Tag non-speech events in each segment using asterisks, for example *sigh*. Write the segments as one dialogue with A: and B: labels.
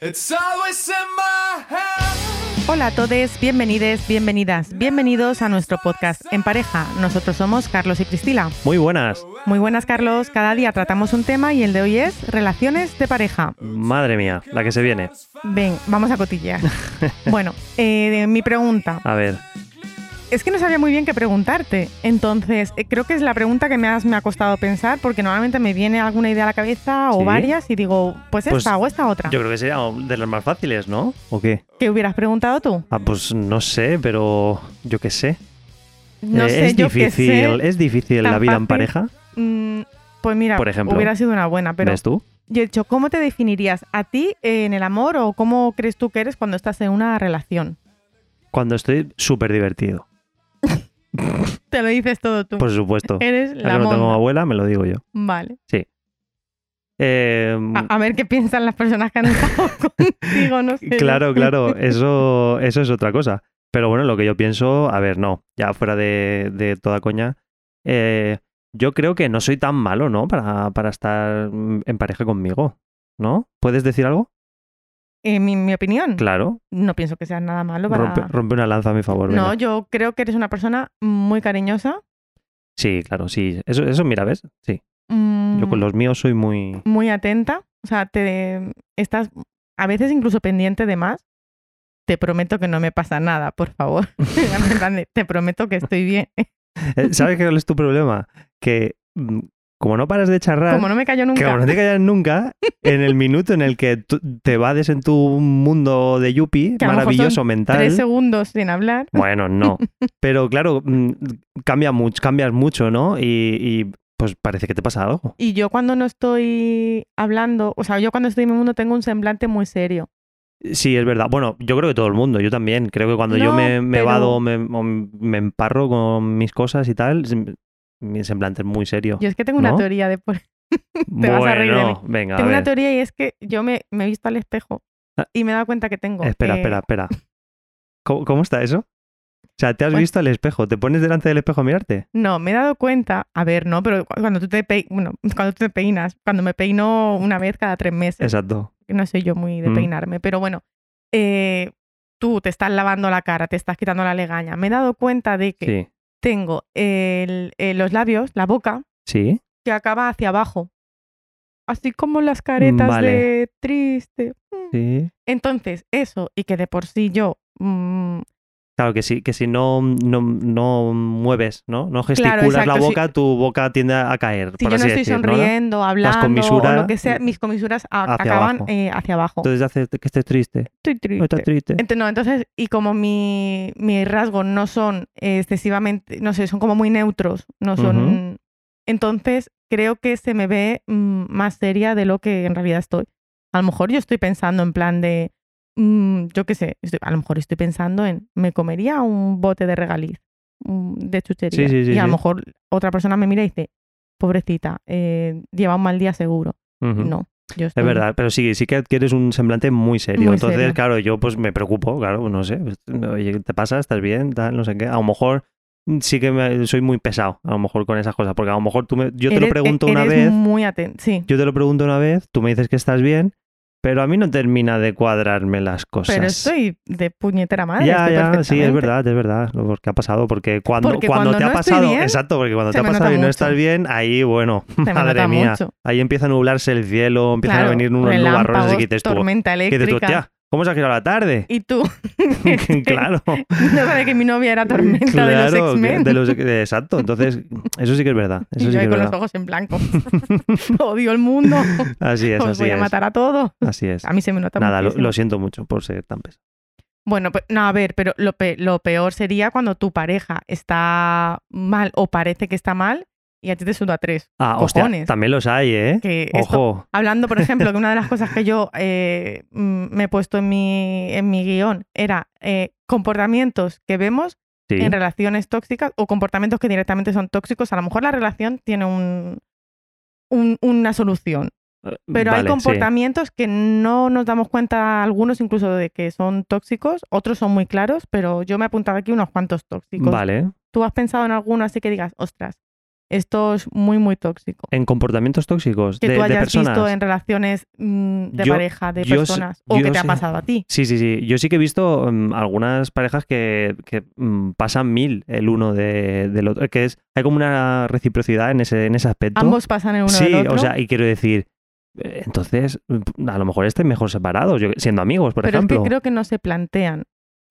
A: It's always in my head.
B: Hola a todos, bienvenides, bienvenidas, bienvenidos a nuestro podcast En Pareja. Nosotros somos Carlos y Cristila.
C: Muy buenas.
B: Muy buenas, Carlos. Cada día tratamos un tema y el de hoy es relaciones de pareja.
C: Madre mía, la que se viene.
B: Ven, vamos a
C: *laughs*
B: cotillar. bueno, eh, mi pregunta.
C: A ver,
B: Es que no sabía muy bien qué preguntarte. Entonces, eh, creo que es la pregunta que me, has- me ha costado pensar porque normalmente me viene alguna idea a la cabeza o
C: Sí.
B: varias y digo, pues esta
C: Pues
B: o esta otra.
C: yo creo que sería de las más fáciles, ¿no? ¿O qué?
B: ¿Qué hubieras preguntado tú?
C: Ah, pues no sé, pero yo qué sé.
B: No
C: Eh,
B: sé,
C: es
B: yo qué
C: difícil,
B: sé.
C: es difícil
B: tan
C: la vida en
B: fácil,
C: pareja,
B: Mm, pues mira,
C: Por ejemplo.
B: hubiera sido una buena, pero
C: ¿ves tú?
B: yo he dicho, ¿cómo te definirías a ti eh, en el amor o cómo crees tú que eres cuando estás en una relación?
C: Cuando estoy súper divertido,
B: Te lo dices todo tú.
C: por supuesto.
B: eres la
C: Ya Pues, que no tengo
B: monda.
C: abuela, me lo digo yo.
B: Vale.
C: Eh,
B: A, a ver qué piensan las personas que han
C: *laughs*
B: estado contigo, no sé.
C: Claro, claro, eso, eso es otra cosa. Pero bueno, lo que yo pienso, a ver, no, ya fuera de, de toda coña, eh, yo creo que no soy tan malo, ¿no? Para, para estar mm, en pareja conmigo, ¿no? ¿Puedes decir
B: Mm,
C: algo?
B: Eh, mi, mi opinión.
C: Claro,
B: No pienso que seas nada malo para...
C: rompe, rompe una lanza a mi favor.
B: no,
C: venga.
B: yo creo que eres una persona muy cariñosa.
C: Sí, claro, sí. Eso, eso mira, ¿ves? Sí.
B: mm,
C: Yo con los míos soy muy... *laughs*
B: Muy atenta. O sea, te estás a veces incluso pendiente de más. Te prometo que no me pasa nada, por
C: *laughs*
B: favor. *laughs* En plan de, te prometo que estoy bien.
C: Eh, ¿Sabes cuál es tu problema? Que mm, como no paras de charrar...
B: Como no me callo
C: Que
B: nunca.
C: como no te callas nunca, en el minuto en el que tú te vades en tu mundo de yuppie
B: Que a lo mejor
C: maravilloso
B: son Tres
C: mental.
B: segundos sin hablar. *laughs*
C: Bueno, no. Pero claro, mm, cambia mucho, cambias mucho, ¿no? Y, y, pues parece que te pasa algo.
B: Y yo cuando no estoy hablando, o sea, yo cuando estoy en mi mundo tengo un semblante muy serio.
C: Sí, es verdad. Bueno, yo creo que todo el mundo, yo también. Creo que cuando yo
B: No,
C: me, me
B: pero-
C: vado, me, o me emparro con mis cosas y tal, se- mi semblante es muy serio.
B: Yo es que tengo una
C: ¿No?
B: teoría de por...
C: bueno,
B: vas a reír de mí.
C: venga, a
B: tengo una
C: ver.
B: teoría y es que yo me, me he visto al espejo
C: Ah.
B: y me he dado cuenta que tengo. eh,
C: Espera, espera, espera. ¿Cómo, cómo está eso? O sea, ¿te has
B: Bueno.
C: visto al espejo? ¿Te pones delante del espejo a mirarte?
B: No, me he dado cuenta, a ver, no, pero cu- cuando tú te pe- bueno, *laughs* cuando tú te peinas, cuando me peino una vez cada tres meses,
C: Exacto.
B: que no soy yo muy de
C: Mm.
B: peinarme, pero bueno, eh, tú te estás lavando la cara, te estás quitando la legaña. Me he dado cuenta de que
C: Sí.
B: tengo el- eh, los labios, la boca,
C: Sí.
B: que acaba hacia abajo. Así como las caretas
C: Mm, Vale.
B: de triste. Mm.
C: Sí.
B: Entonces, eso, y que de por sí yo. mm,
C: Claro que sí, que si no, no, no mueves, ¿no? No gesticulas la
B: exacto, si-
C: boca, tu boca tiende a caer.
B: si
C: por
B: yo no
C: así
B: estoy
C: decir, ¿no?
B: sonriendo, hablando, o lo
C: comisura-
B: que sea, mis comisuras a-
C: hacia
B: acaban
C: abajo.
B: eh, hacia abajo.
C: Entonces hace que estés triste.
B: Estoy
C: No estás
B: triste.
C: triste.
B: Ent- no, entonces, y como mi, mis rasgos no son eh, excesivamente, no sé, son como muy neutros, no son... Entonces, creo que se me ve mm, más seria de lo que en realidad estoy. A lo mejor yo estoy pensando en plan de, mm, yo qué sé, estoy- a lo mejor estoy pensando en, me comería un bote de regaliz, mm, de chuchería.
C: Sí, sí, sí,
B: y a lo
C: sí.
B: mejor otra persona me mira y dice, pobrecita, eh, lleva un mal día seguro.
C: Ujú.
B: No, yo estoy...
C: Es verdad, pero sí, sí que adquieres un semblante muy serio.
B: Muy
C: Entonces,
B: serio.
C: claro, yo pues me preocupo, claro, no sé. pues, Oye, ¿te pasa? ¿Estás bien? Tal, no sé qué. A lo mejor mm, sí que me- soy muy pesado, a lo mejor con esas cosas, porque a lo mejor tú me- yo te
B: Eres-
C: lo
B: e-
C: pregunto una
B: eres
C: vez.
B: muy atento, sí.
C: Yo te lo pregunto una vez, tú me dices que estás bien, pero a mí no termina de cuadrarme las cosas.
B: Pero estoy de puñetera madre.
C: ya,
B: estoy
C: ya, sí, es
B: perfectamente.
C: verdad, es verdad, lo- porque ha pasado, porque cuando,
B: Porque
C: cuando,
B: cuando
C: te
B: no
C: ha
B: estoy
C: pasado,
B: bien,
C: exacto, porque cuando
B: se
C: te ha
B: me
C: pasado
B: nota
C: y no
B: mucho.
C: estás bien, ahí, bueno,
B: Se me
C: *laughs* madre
B: nota
C: mía,
B: mucho.
C: ahí empieza a nublarse el cielo, empiezan
B: Claro,
C: a venir unos
B: relámpagos,
C: nubarrones y que dices tú,
B: tormenta
C: que dices tú,
B: eléctrica.
C: "Hostia, ¿cómo se ha girado la tarde?
B: y
C: *laughs*
B: tú, *laughs*
C: claro.
B: no sabes que mi novia era *laughs* tormenta de los
C: Claro,
B: X-Men.
C: de los- exacto, entonces, eso sí que es verdad,
B: *laughs* Y
C: eso
B: yo
C: sí que
B: ahí
C: es
B: con los
C: verdad.
B: ojos en
C: *laughs*
B: blanco. *laughs* Odio el mundo.
C: Así es,
B: Os
C: así
B: voy a
C: es,
B: matar a todos.
C: así es.
B: A mí se me nota
C: Nada, lo,
B: muchísimo.
C: lo siento mucho por ser tan pesado.
B: Bueno, pues, no, a ver, pero lo, pe- lo peor sería cuando tu pareja está mal o parece que está mal y a ti te suda tres.
C: Ah,
B: Cojones.
C: hostia, también los hay, ¿eh?
B: Que esto-
C: Ojo,
B: Hablando, por ejemplo, que una de las cosas que yo eh, mm, me he puesto en mi, en mi guión era eh, comportamientos que vemos
C: sí.
B: en relaciones tóxicas o comportamientos que directamente son tóxicos. A lo mejor la relación tiene un, un- una solución, pero hay
C: Eh, Vale, sí.
B: comportamientos que no nos damos cuenta algunos incluso de que son tóxicos, otros son muy claros, pero yo me he apuntado aquí unos cuantos tóxicos.
C: Vale.
B: ¿Tú has pensado en alguno así que digas, ostras, Esto es muy, muy tóxico.
C: En comportamientos tóxicos
B: Que
C: de,
B: tú
C: de
B: hayas
C: personas.
B: visto en relaciones mm, de
C: Yo-
B: pareja, de
C: yo sé-
B: personas, o
C: yo
B: que te ha
C: sé-
B: pasado a ti.
C: Sí, sí, sí. Yo sí que he visto mm, algunas parejas que, que, mm, pasan mil el uno de- del otro. Que es, hay como una reciprocidad en ese, en ese aspecto.
B: Ambos pasan en uno
C: sí,
B: del otro.
C: o sea, y quiero decir, eh, entonces, mm, a lo mejor estén mejor separados, yo- siendo amigos, por
B: pero
C: ejemplo.
B: es que creo que no se plantean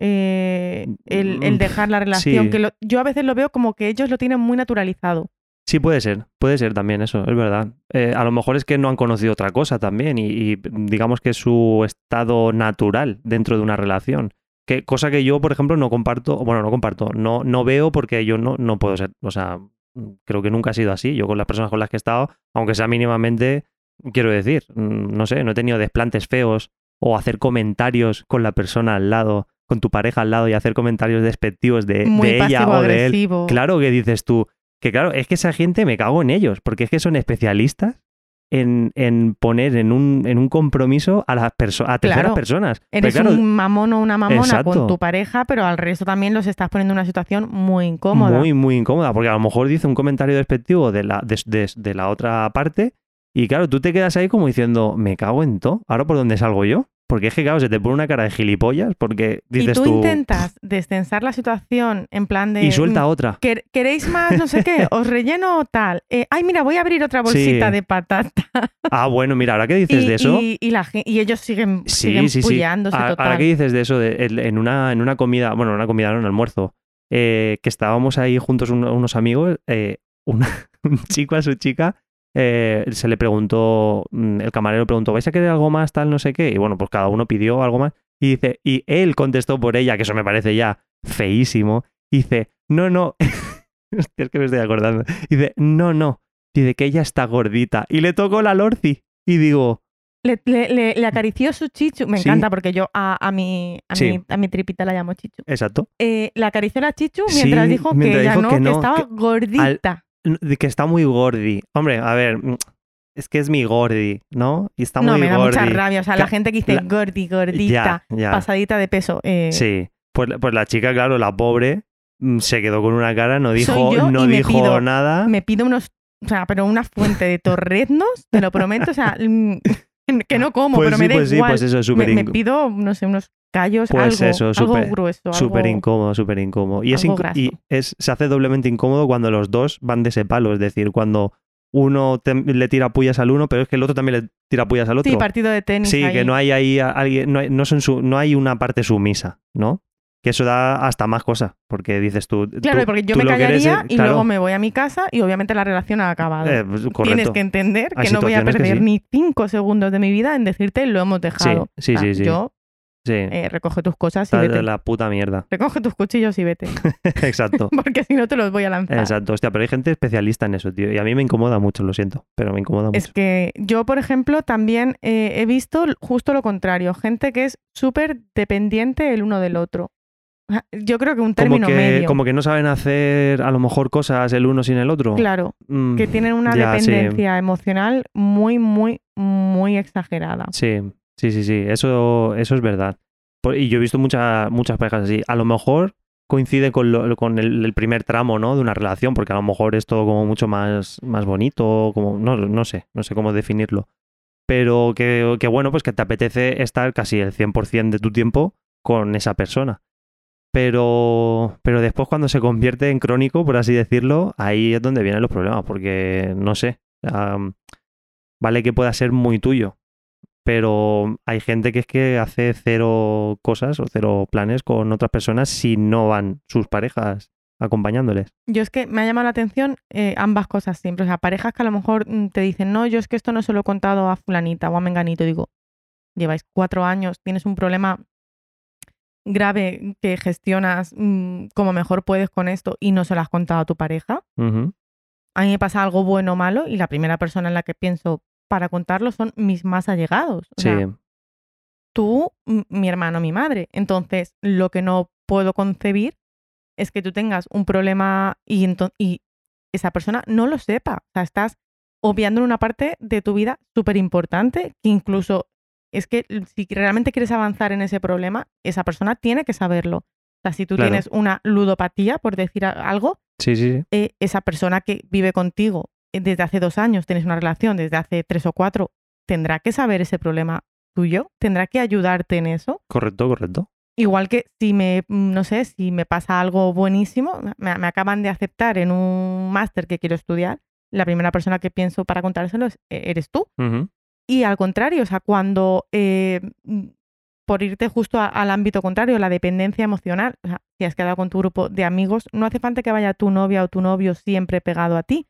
B: eh, el, el
C: Mm,
B: dejar la relación.
C: sí.
B: Que lo- yo a veces lo veo como que ellos lo tienen muy naturalizado.
C: Sí, puede ser, puede ser también eso, es verdad. Eh, a lo mejor es que no han conocido otra cosa también y, y digamos que es su estado natural dentro de una relación. Que, cosa que yo, por ejemplo, no comparto, bueno, no comparto, no, no veo porque yo no, no puedo ser, o sea, mm, creo que nunca ha sido así. Yo con las personas con las que he estado, aunque sea mínimamente, quiero decir, mm, no sé, no he tenido desplantes feos o hacer comentarios con la persona al lado, con tu pareja al lado y hacer comentarios despectivos Eh, de,
B: muy
C: de ella o de él.
B: pasivo-agresivo.
C: Claro que dices tú, que claro, es que esa gente me cago en ellos, porque es que son especialistas en, en poner en un, en un compromiso a las perso- a terceras
B: Claro.
C: personas. Pero
B: Eres
C: claro,
B: un mamón o una mamona
C: Exacto.
B: con tu pareja, pero al resto también los estás poniendo en una situación muy incómoda.
C: muy, muy incómoda, porque a lo mejor dice un comentario despectivo de la, de, de- de la otra parte y claro, tú te quedas ahí como diciendo, me cago en todo, ¿ahora por dónde salgo yo? Porque es que, claro, se te pone una cara de gilipollas porque
B: y
C: dices
B: tú, intentas descensar la situación en plan de...
C: y suelta
B: mm,
C: otra.
B: "Quer- ¿Queréis más no sé
C: *laughs*
B: qué? ¿Os relleno tal? Eh, ay, mira, voy a abrir otra bolsita
C: Sí.
B: de patata.
C: Ah, bueno, mira, ahora que dices
B: Y,
C: de eso...
B: y- y la gen- y ellos siguen,
C: Sí,
B: siguen
C: sí, sí.
B: pulleándose
C: A-
B: total.
C: Ahora que dices de eso, de- el- en, una, en una comida, bueno, en una comida, no, en un almuerzo, eh, que estábamos ahí juntos un- unos amigos, eh, una- *laughs* un chico a su chica eh, se le preguntó, mm, el camarero preguntó, ¿vais a querer algo más, tal, no sé qué? Y bueno, pues cada uno pidió algo más. Y dice, y él contestó por ella, que eso me parece ya feísimo, y dice, no, no, *laughs* Hostia, es que me estoy acordando, Y dice, no, no, dice que ella está gordita. Y le tocó la lorci. Y digo,
B: Le, le- le- le acarició su chichu. Me
C: Sí.
B: encanta porque yo a, a mi, a,
C: Sí.
B: mi, a mi tripita la llamo chichu.
C: exacto.
B: Eh, le acarició la chichu mientras
C: Sí,
B: dijo
C: mientras
B: que ella
C: dijo
B: no,
C: que
B: que,
C: no,
B: estaba
C: que-
B: gordita.
C: N- de que está muy gordi. Hombre, a ver, mm, es que es mi gordi, ¿no? Y está
B: no,
C: muy
B: me da
C: gordi.
B: mucha rabia. O sea, la
C: Ca-
B: gente que dice
C: la-
B: gordi, gordita,
C: Ya, ya.
B: pasadita de peso. eh,
C: Sí. Pues, la- pues la chica, claro, la pobre, mm, se quedó con una cara, no dijo,
B: Soy yo
C: no
B: y me
C: dijo
B: pido-
C: nada.
B: Me pido unos, o sea, pero una fuente de torreznos, te lo prometo. O sea, *laughs* mm, que no como,
C: pues
B: pero
C: sí,
B: me da
C: pues
B: igual.
C: sí, pues eso es
B: me,
C: súper
B: me
C: inc-
B: pido, no sé, unos callos,
C: Pues
B: algo,
C: eso,
B: algo
C: súper-
B: grueso.
C: súper
B: algo-
C: incómodo, súper incómodo. Y, es,
B: algo
C: inc-
B: graso.
C: y es, se hace doblemente incómodo cuando los dos van de ese palo. Es decir, cuando uno te- le tira pullas al uno, pero es que el otro también le tira pullas al otro.
B: Sí, partido de tenis.
C: Sí,
B: ahí.
C: que no hay ahí a- alguien, no hay, no son su- no hay una parte sumisa, ¿no? Que eso da hasta más cosa, porque dices tú.
B: Claro,
C: tú-
B: porque yo
C: tú
B: me
C: lo que
B: callaría
C: eres es-
B: y
C: claro,
B: luego me voy a mi casa y obviamente la relación ha acabado.
C: eh, pues, correcto.
B: Tienes que entender
C: Hay
B: que no voy a
C: situaciones que
B: perder
C: sí.
B: ni cinco segundos de mi vida en decirte lo hemos dejado.
C: sí,
B: O sea,
C: sí, sí.
B: Yo
C: Sí,
B: eh, recoge tus cosas y
C: está de
B: vete.
C: la puta mierda. *laughs*
B: Recoge tus cuchillos y vete. *laughs*
C: Exacto,
B: Porque si no te los voy a lanzar.
C: exacto. Hostia, pero hay gente especialista en eso, tío. Y a mí me incomoda mucho, lo siento, pero me incomoda
B: Es
C: mucho.
B: que yo, por ejemplo, también eh, he visto l- justo lo contrario. Gente que es súper dependiente el uno del otro. Ajá, Yo creo que un
C: Como
B: término
C: que,
B: medio.
C: como que no saben hacer a lo mejor cosas el uno sin el otro.
B: Claro.
C: Mm,
B: que tienen una
C: ya, sí.
B: dependencia emocional muy, muy, muy exagerada.
C: Sí, sí, sí, sí, eso, eso es verdad. Por- y yo he visto muchas muchas parejas así. A lo mejor coincide con, lo- con el, el primer tramo, ¿no? De una relación, porque a lo mejor es todo como mucho más, más bonito, como, no, no sé, no sé cómo definirlo. Pero que, que bueno, pues que te apetece estar casi el 100% de tu tiempo con esa persona. Pero, pero después cuando se convierte en crónico, por así decirlo, ahí es donde vienen los problemas, porque no sé, am, vale que pueda ser muy tuyo, pero hay gente que es que hace cero cosas o cero planes con otras personas si no van sus parejas acompañándoles.
B: Yo es que me ha llamado la atención eh, ambas cosas siempre. O sea, parejas que a lo mejor mm, te dicen, no, yo es que esto no se lo he contado a fulanita o a menganito. Digo, lleváis cuatro años, tienes un problema grave que gestionas mm, como mejor puedes con esto y no se lo has contado a tu pareja.
C: Ujú.
B: A mí me pasa algo bueno o malo y la primera persona en la que pienso para contarlo son mis más allegados. O
C: Sí,
B: sea, tú, m- mi hermano, mi madre. Entonces, lo que no puedo concebir es que tú tengas un problema y, ento- y esa persona no lo sepa. O sea, estás obviando una parte de tu vida súper importante que incluso es que l- si realmente quieres avanzar en ese problema, esa persona tiene que saberlo. O sea, si tú
C: Claro.
B: tienes una ludopatía, por decir a- algo,
C: Sí, sí, sí.
B: eh, esa persona que vive contigo eh, desde hace dos años, tienes una relación desde hace tres o cuatro, tendrá que saber ese problema tuyo, tendrá que ayudarte en eso.
C: Correcto, correcto.
B: Igual que si me, mm, no sé, si me pasa algo buenísimo, me, me acaban de aceptar en un máster que quiero estudiar, la primera persona que pienso para contárselo es, e- eres tú.
C: Ujú.
B: Y al contrario, o sea, cuando, eh, mm, por irte justo a- al ámbito contrario, la dependencia emocional, o sea, si has quedado con tu grupo de amigos, no hace falta que vaya tu novia o tu novio siempre pegado a ti.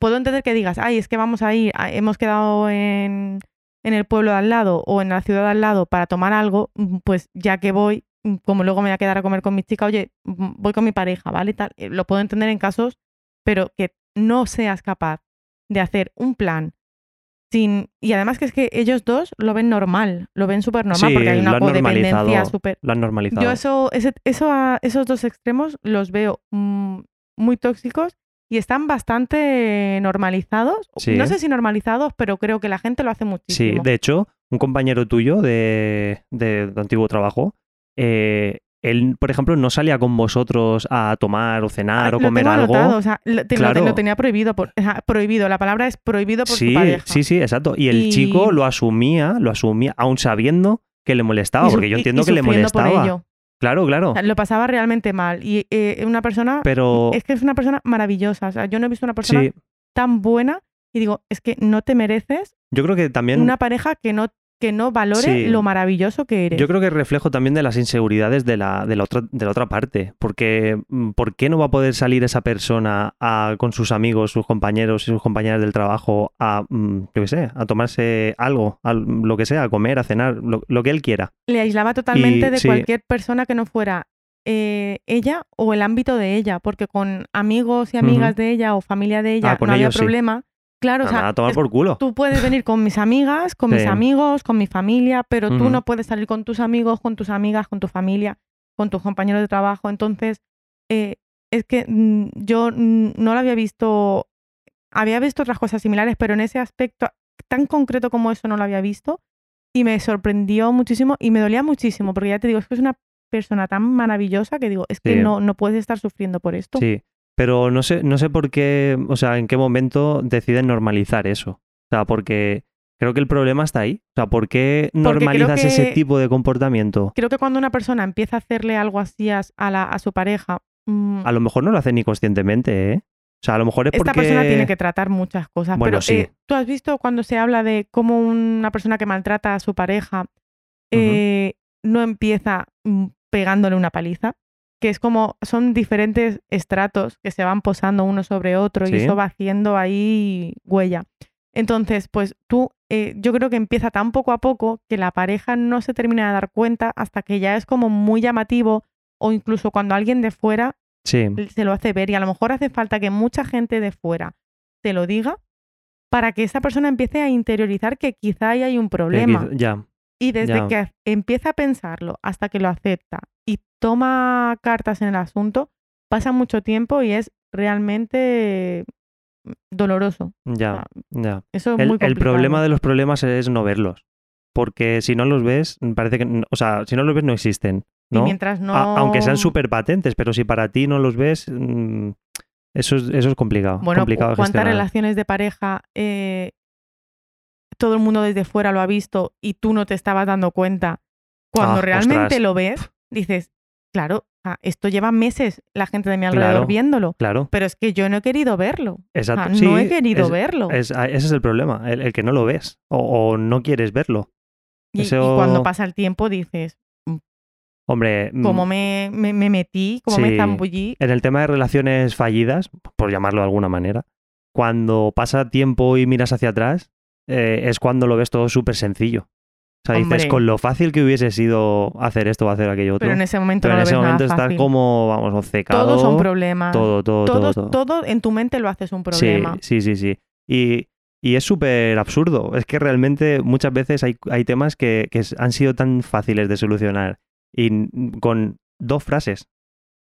B: Puedo entender que digas, ay, es que vamos a ir, a- hemos quedado en, en el pueblo de al lado o en la ciudad de al lado para tomar algo, mm, pues ya que voy, mm, como luego me voy a quedar a comer con mi chica, oye, mm, voy con mi pareja, ¿vale? Tal. Eh, Lo puedo entender en casos, pero que no seas capaz de hacer un plan sin... Y además que es que ellos dos lo ven normal, lo ven súper normal,
C: Sí,
B: porque hay
C: lo
B: una
C: han normalizado.
B: codependencia súper...
C: Lo han normalizado.
B: Yo eso, ese- eso a- esos dos extremos los veo mm, muy tóxicos y están bastante normalizados.
C: Sí.
B: No sé si normalizados, pero creo que la gente lo hace
C: Sí,
B: muchísimo.
C: de hecho, un compañero tuyo de, de tu antiguo trabajo, eh, él, por ejemplo, no salía con vosotros a tomar o cenar
B: Ah,
C: o comer
B: lo tengo
C: algo.
B: anotado, o sea, lo, te- lo te-
C: Claro. Eh.
B: lo tenía prohibido, por- ajá, prohibido. La palabra es prohibido por
C: Sí,
B: su pareja.
C: sí, sí, exacto. Y el
B: Y-
C: chico lo asumía, lo asumía, aun sabiendo que le molestaba,
B: Y su-
C: porque yo
B: y-
C: entiendo
B: y
C: que le
B: sufriendo por ello.
C: molestaba. Claro, claro.
B: O sea, lo pasaba realmente mal. Y eh, una persona.
C: Pero
B: Es que es una persona maravillosa. O sea, yo no he visto una persona
C: sí,
B: tan buena y digo, es que no te mereces
C: yo creo que también
B: una pareja que no, que no valore
C: Sí.
B: lo maravilloso que eres.
C: Yo creo que es reflejo también de las inseguridades de la, de la, otra, de la otra parte. Porque, mm, ¿por qué no va a poder salir esa persona a- con sus amigos, sus compañeros y sus compañeras del trabajo a, mm, yo qué sé, a tomarse algo, a lo que sea, a comer, a cenar, lo, lo que él quiera?
B: Le aislaba totalmente
C: Y-
B: de
C: sí.
B: cualquier persona que no fuera eh, ella o el ámbito de ella, porque con amigos y amigas de ella o familia de ella
C: Ah, con
B: no había
C: ellos sí.
B: problema. Claro, o sea,
C: a tomar
B: es-
C: por culo.
B: tú puedes venir con mis amigas, con mis
C: Sí.
B: amigos, con mi familia, pero tú
C: Ujú.
B: no puedes salir con tus amigos, con tus amigas, con tu familia, con tus compañeros de trabajo. Entonces, eh, es que mm, yo mm, no lo había visto, había visto otras cosas similares, pero en ese aspecto tan concreto como eso no lo había visto y me sorprendió muchísimo y me dolía muchísimo, porque ya te digo, es que es una persona tan maravillosa que digo, es que
C: Sí.
B: no, no puedes estar sufriendo por esto.
C: Sí. Pero no sé, no sé por qué, o sea, en qué momento deciden normalizar eso. O sea, porque creo que el problema está ahí. O sea, ¿por qué
B: creo
C: normalizas ese
B: que-
C: tipo de comportamiento?
B: Creo que cuando una persona empieza a hacerle algo así a, a la- a su pareja, mm,
C: A lo mejor no lo hacen ni conscientemente, ¿eh? O sea, a lo mejor es
B: Esta
C: porque...
B: persona tiene que tratar muchas cosas.
C: Bueno,
B: pero
C: sí.
B: eh, tú has visto cuando se habla de cómo una persona que maltrata a su pareja eh, no empieza mm, pegándole una paliza. Que es como, son diferentes estratos que se van posando uno sobre otro
C: Sí.
B: y eso va haciendo ahí huella. Entonces, pues tú, eh, yo creo que empieza tan poco a poco que la pareja no se termina de dar cuenta hasta que ya es como muy llamativo o incluso cuando alguien de fuera
C: Sí. Eh,
B: se lo hace ver y a lo mejor hace falta que mucha gente de fuera te lo diga para que esa persona empiece a interiorizar que quizá ahí hay un
C: Que quiz-
B: problema.
C: Ya,
B: Y desde
C: ya.
B: que a- empieza a pensarlo hasta que lo acepta y toma cartas en el asunto, pasa mucho tiempo y es realmente mm, doloroso.
C: ya, ya.
B: Eso Ah, es
C: El,
B: muy
C: el
B: complicado.
C: problema de los problemas es no verlos. Porque si no los ves, parece que. n- O sea, si no los ves, no existen.
B: Y
C: ¿no?
B: mientras no...
C: A- aunque sean súper patentes, pero si para ti no los ves, mm, eso, es, eso es complicado.
B: Bueno,
C: complicado de
B: cu- cuántas
C: gestionar.
B: relaciones de pareja eh, todo el mundo desde fuera lo ha visto y tú no te estabas dando cuenta. Cuando
C: Ah,
B: realmente
C: ostras.
B: lo ves, dices, claro, ah, esto lleva meses la gente de mi alrededor
C: Claro.
B: viéndolo,
C: Claro,
B: pero es que yo no he querido verlo. O
C: exacto.
B: sea,
C: Sí,
B: Ah, no he querido
C: es-
B: verlo.
C: es- ah, ese es el problema, el, el que no lo ves o, o no quieres verlo.
B: y, y
C: eso-
B: cuando pasa el tiempo dices,
C: Hombre, mm,
B: ¿cómo me, me- me metí? ¿Cómo
C: Sí.
B: me zambullí?
C: en el tema de relaciones fallidas, por llamarlo de alguna manera, cuando pasa tiempo y miras hacia atrás, eh, es cuando lo ves todo súper sencillo. O sea, dices,
B: Hombre.
C: con lo fácil que hubiese sido hacer esto o hacer aquello otro.
B: Pero en ese momento
C: pero en
B: no lo
C: ese
B: ves
C: momento
B: nada
C: estás
B: fácil.
C: como, vamos, obcecado.
B: Todos son problemas.
C: Todo, todo, todo.
B: Todos-
C: todo.
B: todo en tu mente lo haces un
C: Sí,
B: problema.
C: sí, sí, sí. Y, y es súper absurdo. Es que realmente muchas veces hay, hay temas que, que s- han sido tan fáciles de solucionar y n- con dos frases.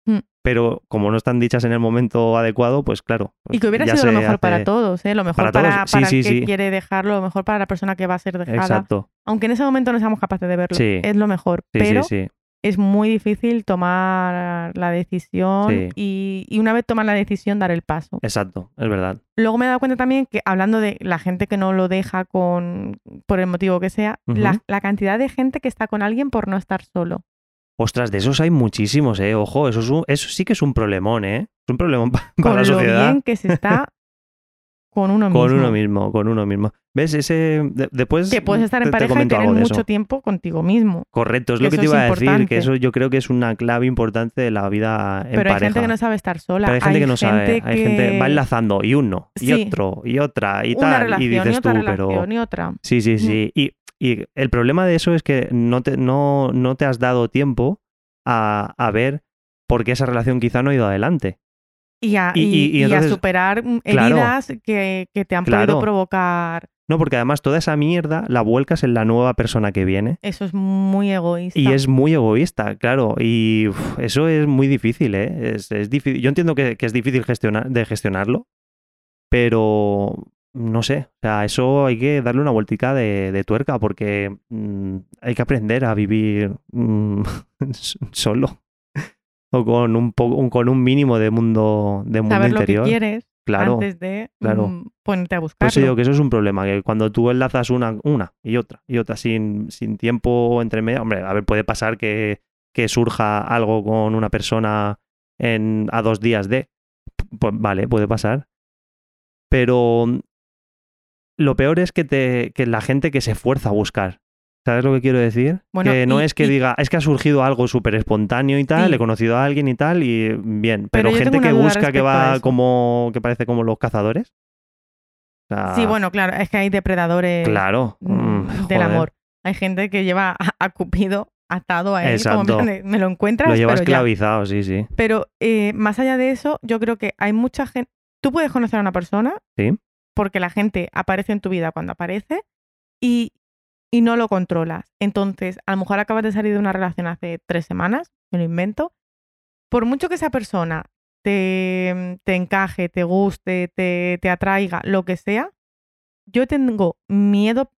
B: Mm.
C: Pero como no están dichas en el momento adecuado, pues claro.
B: Y que hubiera
C: ya
B: sido lo
C: se
B: mejor para
C: hace-
B: todos, ¿eh? Lo
C: para
B: mejor para, para,
C: todos, sí, sí,
B: el que
C: sí.
B: quiere dejarlo, lo mejor para la persona que va a ser dejada.
C: Exacto.
B: Aunque en ese momento no seamos capaces de verlo,
C: Sí.
B: es lo mejor.
C: Sí,
B: pero
C: sí, sí.
B: es muy difícil tomar la decisión
C: Sí.
B: y, y una vez tomas la decisión dar el paso.
C: Exacto, es verdad.
B: Luego me he dado cuenta también que hablando de la gente que no lo deja con por el motivo que sea,
C: Ujú.
B: la, la cantidad de gente que está con alguien por no estar
C: *laughs*
B: solo.
C: Ostras, de esos hay muchísimos, ¿eh? Ojo, eso, es un- eso sí que es un problemón, ¿eh? Es un
B: *laughs*
C: problemón pa- para la
B: con lo
C: sociedad.
B: bien que se
C: *laughs*
B: está con uno mismo.
C: Con uno mismo, con uno mismo. ¿Ves? Ese, de- después
B: Que puedes estar en
C: te- te
B: pareja y
C: comento
B: tener
C: algo de
B: mucho
C: eso.
B: tiempo contigo mismo.
C: Correcto, es
B: que
C: lo que
B: eso
C: te
B: es
C: iba a decir, que
B: importante.
C: eso yo creo que es una clave importante de la vida en
B: Pero hay
C: pareja.
B: gente que no sabe estar sola.
C: Pero hay gente que no sabe,
B: gente
C: hay gente
B: que-
C: va enlazando y uno, y
B: Sí.
C: otro, y otra, y
B: una
C: tal,
B: relación
C: y dices
B: otra
C: tú,
B: relación
C: pero...
B: y otra.
C: Sí, sí, sí. Y, y el problema de eso es que no te, no, no te has dado tiempo a, a ver por qué esa relación quizá no ha ido adelante.
B: Y a,
C: Y- y-
B: y-
C: y
B: y a
C: entonces-
B: superar mm,
C: Claro.
B: heridas que, que te han
C: Claro.
B: podido provocar.
C: No, porque además toda esa mierda la vuelcas en la nueva persona que viene.
B: Eso es muy egoísta.
C: Y es muy egoísta, claro. Y uf, eso es muy difícil, ¿eh? Es, es difícil. Yo entiendo que, que es difícil gestionar, de gestionarlo, pero no sé. O sea, eso hay que darle una vueltica de, de tuerca porque mm, hay que aprender a vivir mm, *laughs* s- solo. O con un, poco, un- con un mínimo de mundo, de mundo
B: saber
C: interior.
B: lo que quieres
C: claro.
B: antes de
C: claro.
B: mm, ponerte a buscarlo.
C: Por eso digo Pues que eso es un problema, que cuando tú enlazas una, una y otra y otra sin, sin tiempo entre medio, hombre, a ver, puede pasar que, que surja algo con una persona en, a dos días de, pues vale, puede pasar. Pero mm, lo peor es que, te, que la gente que se esfuerza a buscar. ¿Sabes lo que quiero decir?
B: Bueno,
C: que no
B: y-
C: es que
B: y-
C: diga, es que ha surgido algo súper espontáneo y tal,
B: Sí.
C: he conocido a alguien y tal, y bien. Pero,
B: Pero yo
C: gente
B: tengo una
C: que
B: duda
C: busca que
B: respecto a
C: va
B: eso.
C: como, que parece como los cazadores. O sea,
B: Sí, bueno, claro, es que hay depredadores
C: ah, Claro.
B: mm,
C: mm,
B: del
C: joder.
B: amor. Hay gente que lleva a, a Cupido atado a él,
C: Exacto.
B: como en plan de, me lo encuentras,
C: Lo llevas
B: pero ya.
C: clavizado, sí, sí.
B: Pero eh, más allá de eso, yo creo que hay mucha gente. Tú puedes conocer a una persona
C: Sí.
B: porque la gente aparece en tu vida cuando aparece y, y no lo controlas. Entonces, a lo mejor acabas de salir de una relación hace tres semanas, me lo invento. Por mucho que esa persona te, te encaje, te guste, te, te atraiga, lo que sea, yo tengo miedo,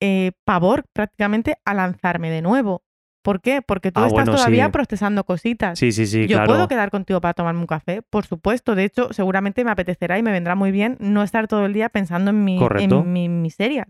B: eh, pavor prácticamente a lanzarme de nuevo. ¿Por qué? Porque tú
C: Ah,
B: estás
C: bueno,
B: todavía
C: sí.
B: procesando cositas.
C: Sí, sí, sí,
B: Yo
C: claro.
B: puedo quedar contigo para tomarme un café, por supuesto. De hecho, seguramente me apetecerá y me vendrá muy bien no estar todo el día pensando en, mi,
C: Correcto.
B: en mis miserias.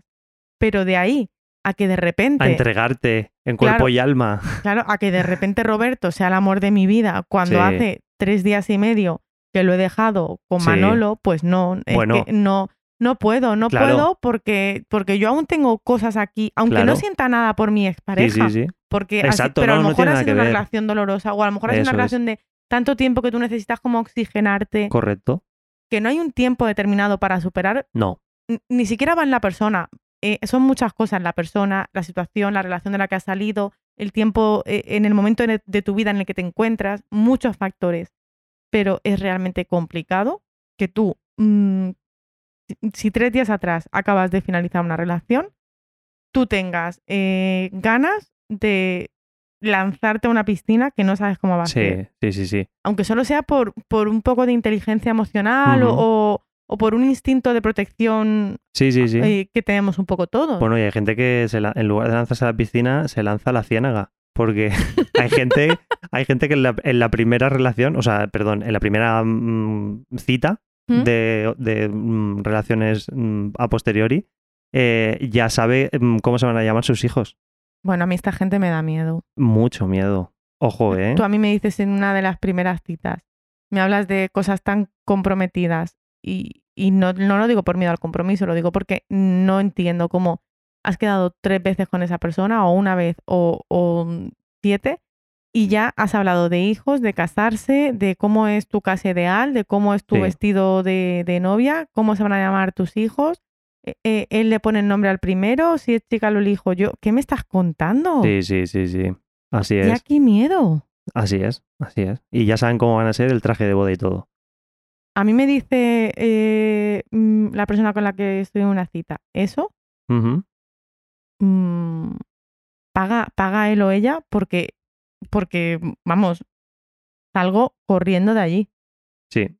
B: Pero de ahí a que de repente,
C: A entregarte en cuerpo
B: Claro.
C: y alma. *laughs*
B: claro, a que de repente Roberto sea el amor de mi vida cuando
C: Sí.
B: hace tres días y medio que lo he dejado con
C: Sí.
B: Manolo, pues no, es
C: Bueno.
B: que no, no puedo, no
C: Claro.
B: puedo porque, porque yo aún tengo cosas aquí, aunque
C: Claro.
B: no sienta nada por mi
C: Sí,
B: expareja.
C: sí, sí.
B: Porque
C: Exacto,
B: así, pero
C: no,
B: a lo
C: no
B: mejor
C: tiene
B: ha
C: nada
B: sido
C: que
B: una
C: ver.
B: relación dolorosa o a lo mejor ha sido una
C: Eso es.
B: relación de tanto tiempo que tú necesitas como oxigenarte,
C: Correcto.
B: que no hay un tiempo determinado para superar,
C: No.
B: n- ni siquiera va en la persona. Eh, son muchas cosas, la persona, la situación, la relación de la que has salido, el tiempo eh, en el momento en el- de tu vida en el que te encuentras, muchos factores. Pero es realmente complicado que tú, mm, si- si tres días atrás acabas de finalizar una relación, tú tengas eh, ganas de lanzarte a una piscina que no sabes cómo va a ser.
C: Sí, sí, sí, sí.
B: Aunque solo sea por, por un poco de inteligencia emocional o-
C: Ujú.
B: o, o por un instinto de protección
C: Sí, sí, sí.
B: eh, que tenemos un poco todos.
C: Bueno, y hay gente que se la- en lugar de lanzarse a la piscina, se lanza a la ciénaga. Porque *laughs* hay gente, hay gente que en la, en la primera relación, o sea, perdón, en la primera mm, cita
B: ¿Mm?
C: de, de, mm, relaciones mm, a posteriori, eh, ya sabe mm, cómo se van a llamar sus hijos.
B: Bueno, a mí esta gente me da miedo.
C: Mucho miedo. Ojo, ¿eh?
B: Tú a mí me dices en una de las primeras citas, me hablas de cosas tan comprometidas y, y no, no lo digo por miedo al compromiso, lo digo porque no entiendo cómo has quedado tres veces con esa persona o una vez o, o siete y ya has hablado de hijos, de casarse, de cómo es tu casa ideal, de cómo es tu
C: Sí.
B: vestido de, de novia, cómo se van a llamar tus hijos. eh, eh, él le pone el nombre al primero, si es chica lo elijo yo. ¿Qué me estás contando?
C: Sí, sí, sí, sí. Así es,
B: Oh. Ya qué miedo.
C: así es, así es. Y ya saben cómo van a ser el traje de boda y todo.
B: A mí me dice eh, mm, la persona con la que estoy en una cita, eso,
C: Ujú.
B: mm, paga, paga él o ella porque, porque, vamos, salgo corriendo de allí.
C: Sí.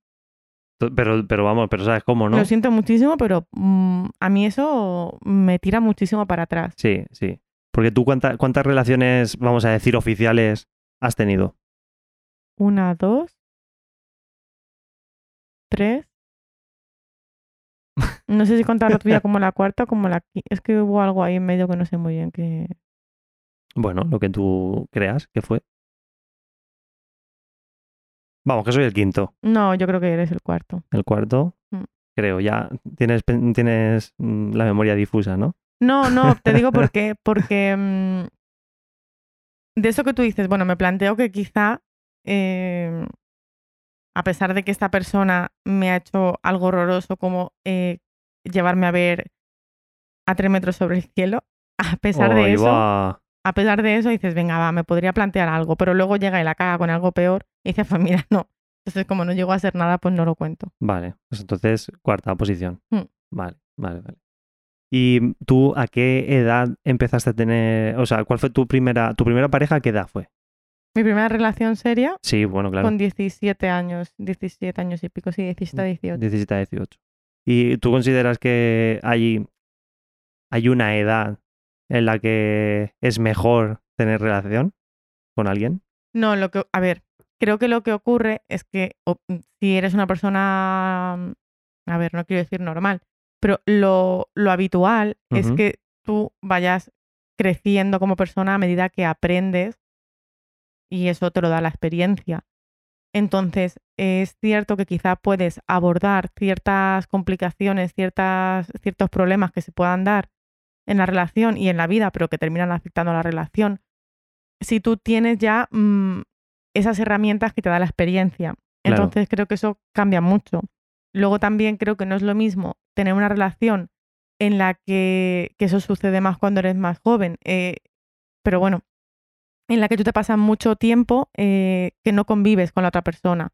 C: To- Pero, pero vamos, pero sabes cómo, ¿no?
B: Lo siento muchísimo, pero mm, a mí eso me tira muchísimo para atrás.
C: Sí, sí. Porque tú, cuánta- ¿cuántas relaciones, vamos a decir, oficiales has tenido?
B: Una, dos. Tres. No sé si contar la tuya como la cuarta o como la quinta. Es que hubo algo ahí en medio que no sé muy bien que.
C: Bueno, lo que tú creas que fue. Vamos, que soy el quinto.
B: No, yo creo que eres el cuarto.
C: El cuarto,
B: Mm.
C: creo, ya tienes, pen- tienes mm, la memoria difusa, ¿no?
B: No, no, te digo
C: *laughs*
B: por qué. Porque mm, de eso que tú dices, bueno, me planteo que quizá, eh, a pesar de que esta persona me ha hecho algo horroroso como eh, llevarme a ver a tres metros sobre el cielo, a pesar de
C: Ahí
B: eso,
C: va.
B: a pesar de eso dices, venga, va, me podría plantear algo, pero luego llega y la caga con algo peor y dices, pues mira, no. Entonces, como no llego a hacer nada, pues no lo cuento.
C: Vale, pues entonces, cuarta posición.
B: Mm.
C: Vale, vale, vale. ¿Y tú a qué edad empezaste a tener, o sea, cuál fue tu primera, tu primera pareja, a qué edad fue?
B: Mi primera relación seria,
C: Sí, bueno, claro.
B: con 17 años, 17 años y pico, sí, 17 a 18.
C: 17 a 18. ¿Y tú consideras que hay, hay una edad en la que es mejor tener relación con alguien?
B: No, lo que, a ver, creo que lo que ocurre es que o- mm, si eres una persona, mm, a ver, no quiero decir normal, pero lo, lo habitual es
C: Ujú.
B: que tú vayas creciendo como persona a medida que aprendes y eso te lo da la experiencia. Entonces, es cierto que quizá puedes abordar ciertas complicaciones, ciertas, ciertos problemas que se puedan dar en la relación y en la vida, pero que terminan afectando a la relación, si tú tienes ya mm, esas herramientas que te da la experiencia.
C: Claro.
B: Entonces, creo que eso cambia mucho. Luego también creo que no es lo mismo tener una relación en la que, que eso sucede más cuando eres más joven, eh, pero bueno, en la que tú te pasas mucho tiempo eh, que no convives con la otra persona.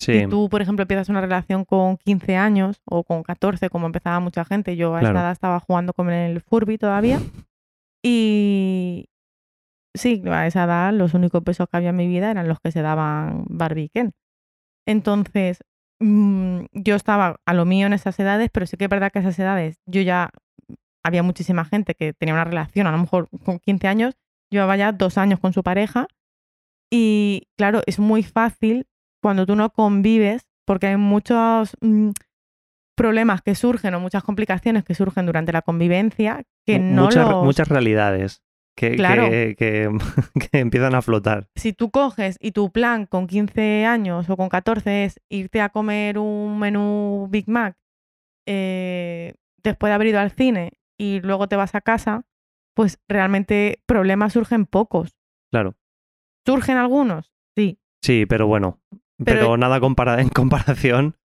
C: Sí,
B: Si tú, por ejemplo, empiezas una relación con 15 años o con 14, como empezaba mucha gente, yo a esa
C: Claro.
B: edad estaba jugando con el Furby todavía. Y sí, a esa edad los únicos besos que había en mi vida eran los que se daban Barbie y Ken. Entonces, mm, yo estaba a lo mío en esas edades, pero sí que es verdad que a esas edades yo ya había muchísima gente que tenía una relación, a lo mejor con 15 años, llevaba ya dos años con su pareja. Y claro, es muy fácil cuando tú no convives, porque hay muchos mm, problemas que surgen o muchas complicaciones que surgen durante la convivencia que
C: mu-
B: no
C: muchas,
B: los-
C: muchas realidades que,
B: Claro.
C: que- que- *laughs* que empiezan a flotar.
B: si tú coges y tu plan con 15 años o con 14 es irte a comer un menú Big Mac eh, después de haber ido al cine y luego te vas a casa, pues realmente problemas surgen pocos.
C: Claro.
B: ¿Surgen algunos? Sí.
C: Sí, pero bueno. Pero,
B: Pero-
C: nada compara- en comparación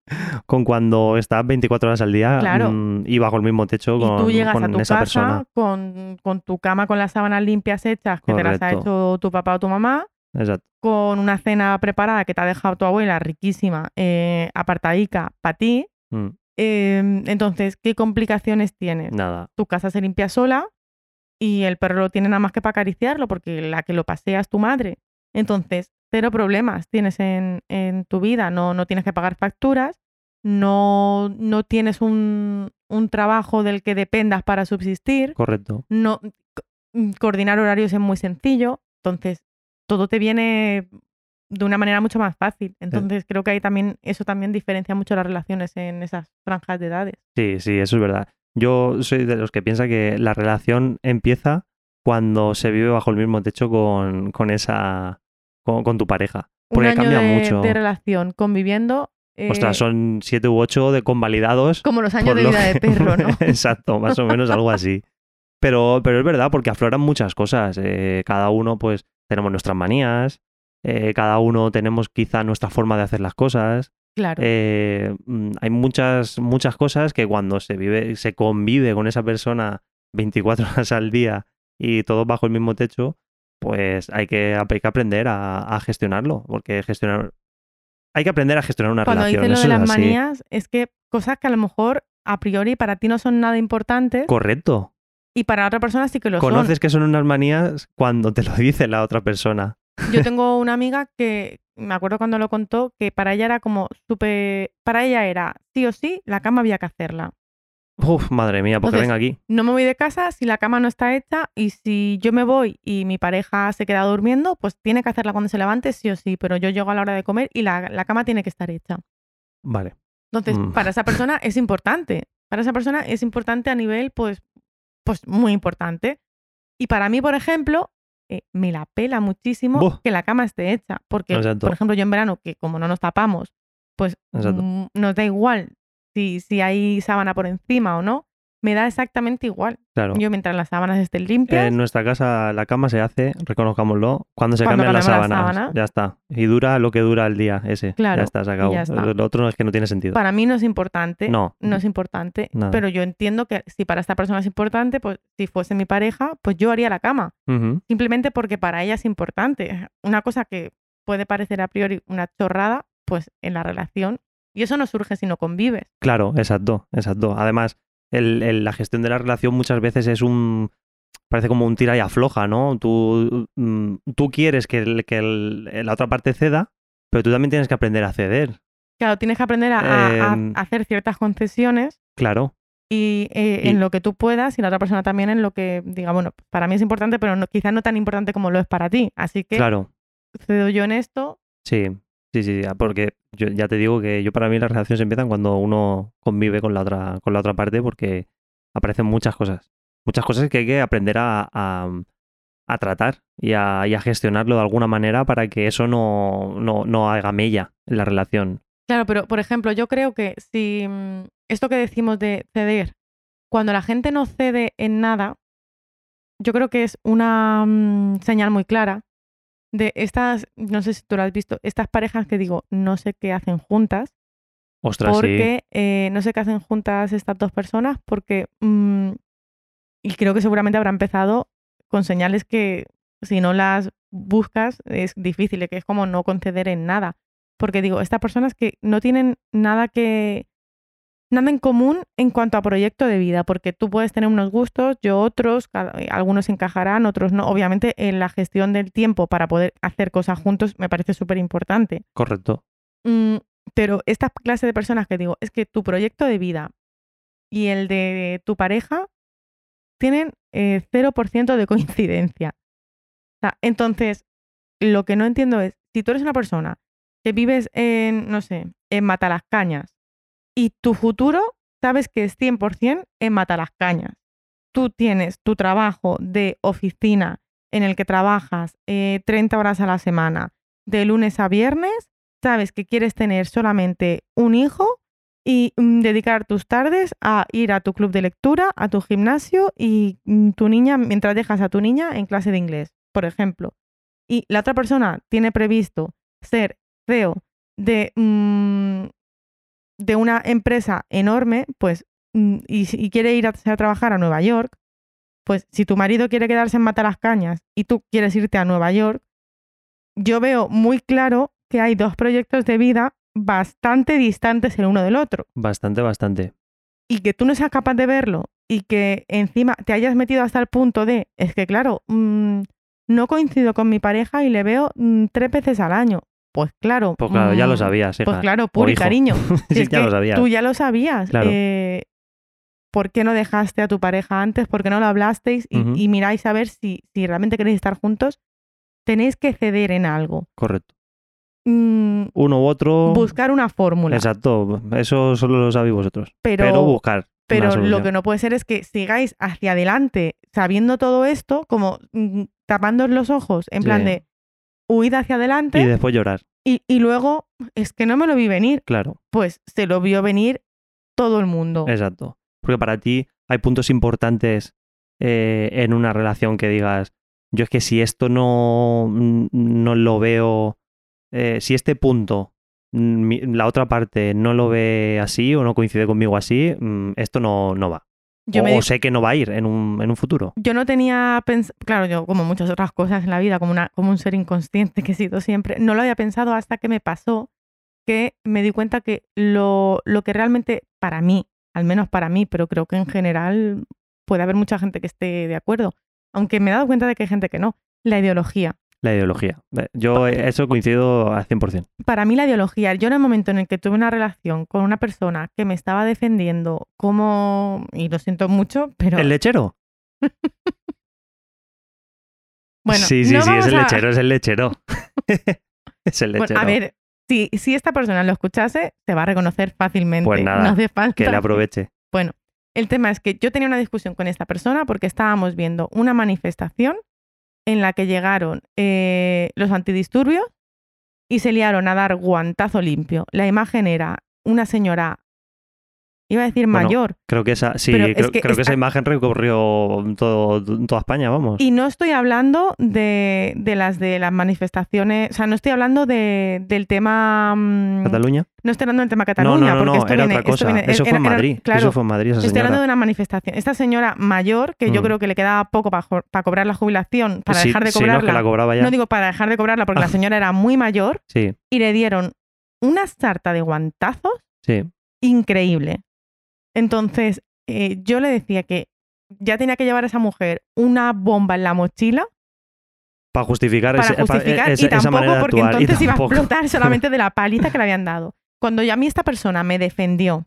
C: con cuando estás 24 horas al día
B: Claro.
C: mm, y bajo el mismo techo
B: y
C: con,
B: tú llegas
C: con
B: a tu casa
C: esa persona.
B: con, con tu cama con las sábanas limpias hechas que te las ha
C: Correcto.
B: hecho tu papá o tu mamá,
C: Exacto.
B: con una cena preparada que te ha dejado tu abuela riquísima, eh, apartadica para ti.
C: Mm,
B: Em, entonces, ¿qué complicaciones tienes?
C: nada.
B: Tu casa se limpia sola y el perro lo tiene nada más que para acariciarlo porque la que lo pasea es tu madre. Entonces, cero problemas tienes en, en tu vida. No, no tienes que pagar facturas, no, no tienes un, un trabajo del que dependas para subsistir,
C: Correcto.
B: no, co- mm, coordinar horarios es muy sencillo. Entonces, todo te viene de una manera mucho más fácil. Entonces, creo que ahí también, eso también diferencia mucho las relaciones en esas franjas de edades.
C: Sí, sí, eso es verdad. Yo soy de los que piensa que la relación empieza cuando se vive bajo el mismo techo con, con esa. Con, con tu pareja. Porque
B: un año
C: cambia
B: de,
C: mucho.
B: de relación conviviendo. eh,
C: Ostras, son siete u ocho de convalidados.
B: como los años
C: por
B: de
C: lo
B: vida de
C: *laughs* que-
B: perro, ¿no?
C: Exacto, más o menos algo así. Pero, pero es verdad, porque afloran muchas cosas. eh, cada uno, pues, tenemos nuestras manías. eh, cada uno tenemos quizá nuestra forma de hacer las cosas.
B: Claro.
C: Eh, mm, hay muchas, muchas cosas que cuando se vive, se convive con esa persona 24 *laughs* horas al día y todos bajo el mismo techo, pues hay que, hay que aprender a, a gestionarlo. Porque gestionar. Hay que aprender a gestionar una
B: Cuando
C: relación.
B: dices lo
C: eso
B: de
C: es
B: las
C: así.
B: manías, es que cosas que a lo mejor a priori para ti no son nada importantes
C: Correcto.
B: y para otra persona sí que lo
C: Conoces que son unas manías cuando te lo dice la otra persona.
B: son. Yo tengo una amiga que me acuerdo cuando lo contó que para ella era como súper. Para ella era sí o sí, la cama había que hacerla.
C: Uf, madre mía, porque
B: Entonces,
C: venga aquí.
B: No me voy de casa si la cama no está hecha y si yo me voy y mi pareja se queda durmiendo, pues tiene que hacerla cuando se levante, sí o sí, pero yo llego a la hora de comer y la, la cama tiene que estar hecha.
C: Vale.
B: Entonces,
C: Mm.
B: para esa persona es importante. Para esa persona es importante a nivel, pues, pues muy importante. Y para mí, por ejemplo, eh, me la pela muchísimo
C: Buh.
B: que la cama esté hecha. Porque,
C: Exacto.
B: por ejemplo, yo en verano, que como no nos tapamos, pues
C: Exacto.
B: mm, nos da igual si, si hay sábana por encima o no. Me da exactamente igual.
C: Claro.
B: Yo mientras las sábanas estén limpias,
C: En nuestra casa la cama se hace, reconozcámoslo, cuando se
B: Cuando
C: cambian las
B: cambiamos la
C: sábanas.
B: sábana.
C: Ya está. Y dura lo que dura el día ese.
B: Claro,
C: Ya está, se acabó.
B: ya está.
C: Lo lo otro es que no tiene sentido.
B: para mí no es importante.
C: No.
B: no es importante,
C: Nada.
B: pero yo entiendo que si para esta persona es importante, pues si fuese mi pareja, pues yo haría la cama.
C: Ujú.
B: simplemente porque para ella es importante. Una cosa que puede parecer a priori una chorrada, pues en la relación. Y eso no surge si no convives.
C: Claro, exacto, exacto. Además, el- el- la gestión de la relación muchas veces es un... Parece como un tira y afloja, ¿no? Tú, mm, tú quieres que, el- que el- la otra parte ceda, pero tú también tienes que aprender a ceder.
B: Claro, tienes que aprender a, a- a
C: Em.
B: hacer ciertas concesiones
C: Claro,
B: y, eh,
C: Y-
B: en lo que tú puedas y la otra persona también en lo que diga, bueno, para mí es importante, pero no, quizás no tan importante como lo es para ti. Así que
C: claro.
B: cedo yo en esto.
C: Sí, sí, sí, ah, porque yo ya te digo que yo para mí las relaciones empiezan cuando uno convive con la otra, con la otra parte porque aparecen muchas cosas. Muchas cosas que hay que aprender a, a- a tratar y a, y a gestionarlo de alguna manera para que eso no, no, no haga mella en la relación.
B: Claro, pero por ejemplo, yo creo que si mm, esto que decimos de ceder, cuando la gente no cede en nada, yo creo que es una mm, señal muy clara de estas, no sé si tú lo has visto, estas parejas que digo, no sé qué hacen juntas,
C: Ostras, sí.
B: porque eh, no sé qué hacen juntas estas dos personas, porque, mm, y creo que seguramente habrá empezado con señales que si no las buscas es difícil, eh, que es como no conceder en nada. Porque digo, estas personas que no tienen nada que, nada en común en cuanto a proyecto de vida, porque tú puedes tener unos gustos, yo otros, cada- eh, algunos encajarán, otros no. Obviamente, en la gestión del tiempo para poder hacer cosas juntos me parece súper importante.
C: Correcto.
B: Mm, pero esta clase de personas que digo, es que tu proyecto de vida y el de tu pareja tienen eh, 0% de coincidencia. O sea, entonces, lo que no entiendo es, si tú eres una persona que vives en, no sé, en Matalascañas y tu futuro sabes que es 100% en Matalascañas. Tú tienes tu trabajo de oficina en el que trabajas eh, 30 horas a la semana, de lunes a viernes, sabes que quieres tener solamente un hijo y mm, dedicar tus tardes a ir a tu club de lectura, a tu gimnasio y mm, tu niña, mientras dejas a tu niña en clase de inglés, por ejemplo. Y la otra persona tiene previsto ser CEO de, mm, de una empresa enorme, pues, mm, y, si- y quiere ir a, a trabajar a Nueva York, pues si tu marido quiere quedarse en Matalascañas y tú quieres irte a Nueva York, yo veo muy claro que hay dos proyectos de vida bastante distantes el uno del otro
C: Bastante, bastante.
B: y que tú no seas capaz de verlo y que encima te hayas metido hasta el punto de, es que claro, mm, no coincido con mi pareja y le veo mm, tres veces al año. Pues claro.
C: Pues claro, ya
B: mm,
C: lo sabías, hija.
B: Pues claro, Puri,
C: hijo.
B: cariño.
C: *laughs* Sí,
B: Si es
C: ya
B: que
C: lo sabías.
B: Tú ya lo sabías.
C: Claro.
B: eh, ¿Por qué no dejaste a tu pareja antes? ¿Por qué no lo hablasteis? Y,
C: Ujú.
B: y miráis a ver si, si realmente queréis estar juntos. Tenéis que ceder en algo.
C: Correcto.
B: Mm,
C: Uno u otro.
B: buscar una fórmula.
C: Exacto. Eso solo lo sabéis vosotros.
B: Pero,
C: Pero, buscar. una
B: pero lo
C: solución.
B: que no puede ser es que sigáis hacia adelante sabiendo todo esto, como mm, tapándoos los ojos, en plan
C: Sí.
B: de huid hacia adelante
C: Y después llorar.
B: y, y luego es que no me lo vi venir.
C: Claro.
B: Pues se lo vio venir todo el mundo.
C: Exacto. Porque para ti hay puntos importantes eh, en una relación que digas, yo es que si esto no, no lo veo, eh, si este punto mm, mi- la otra parte no lo ve así o no coincide conmigo así, mm, esto no, no va.
B: Yo
C: o,
B: me
C: o
B: di-
C: sé que no va a ir en un, en un futuro.
B: yo no tenía pensado, claro, yo como muchas otras cosas en la vida, como, una, como un ser inconsciente que he sido siempre, no lo había pensado hasta que me pasó que me di cuenta que lo, lo que realmente para mí, al menos para mí, pero creo que en general puede haber mucha gente que esté de acuerdo, aunque me he dado cuenta de que hay gente que no, la ideología.
C: La ideología. Eh, Yo eh, eso coincido al 100%.
B: para mí la ideología, yo en el momento en el que tuve una relación con una persona que me estaba defendiendo como, y lo siento mucho, pero
C: ¿El lechero?
B: bueno,
C: sí, sí,
B: no
C: sí, es
B: vamos
C: el
B: a-
C: lechero, es el lechero. *laughs* es el
B: Bueno,
C: lechero.
B: a ver, si, si esta persona lo escuchase, se va a reconocer fácilmente.
C: Pues
B: *laughs*
C: nada,
B: no hace falta.
C: que le aproveche.
B: Bueno, el tema es que yo tenía una discusión con esta persona porque estábamos viendo una manifestación en la que llegaron eh, los antidisturbios y se liaron a dar guantazo limpio. La imagen era una señora, iba a decir
C: Bueno,
B: mayor,
C: Creo que esa, sí,
B: Pero
C: creo,
B: es que
C: creo que
B: está-
C: esa imagen recorrió todo, toda España, vamos.
B: Y no estoy hablando de, de las de las manifestaciones, o sea, no estoy hablando de, del tema... mm,
C: Cataluña.
B: No estoy hablando del tema
C: No,
B: Cataluña, porque
C: no, no, no,
B: esto
C: era
B: viene-
C: otra
B: esto
C: cosa.
B: viene-
C: eso fue
B: era-
C: en
B: era-
C: Madrid.
B: claro,
C: eso fue en Madrid, esa
B: estoy
C: señora.
B: hablando de una manifestación. Esta señora mayor, que yo
C: Mm.
B: creo que le quedaba poco para, cobrar la jubilación, para
C: Sí,
B: dejar de
C: sí, no, es
B: cobrarla.
C: que la cobraba ya.
B: No digo para dejar de cobrarla, porque
C: Ah.
B: la señora era muy mayor,
C: Sí,
B: y le dieron una sarta de guantazos
C: sí.
B: increíble. Entonces, eh, yo le decía que ya tenía que llevar a esa mujer una bomba en la mochila
C: Para justificar,
B: para
C: ese- eh, pa-
B: justificar
C: esa-
B: y
C: esa
B: tampoco
C: manera de
B: porque
C: actuar, y
B: entonces iba a
C: tampoco. *laughs*
B: explotar solamente de la paliza que le habían dado. Cuando ya a mí esta persona me defendió,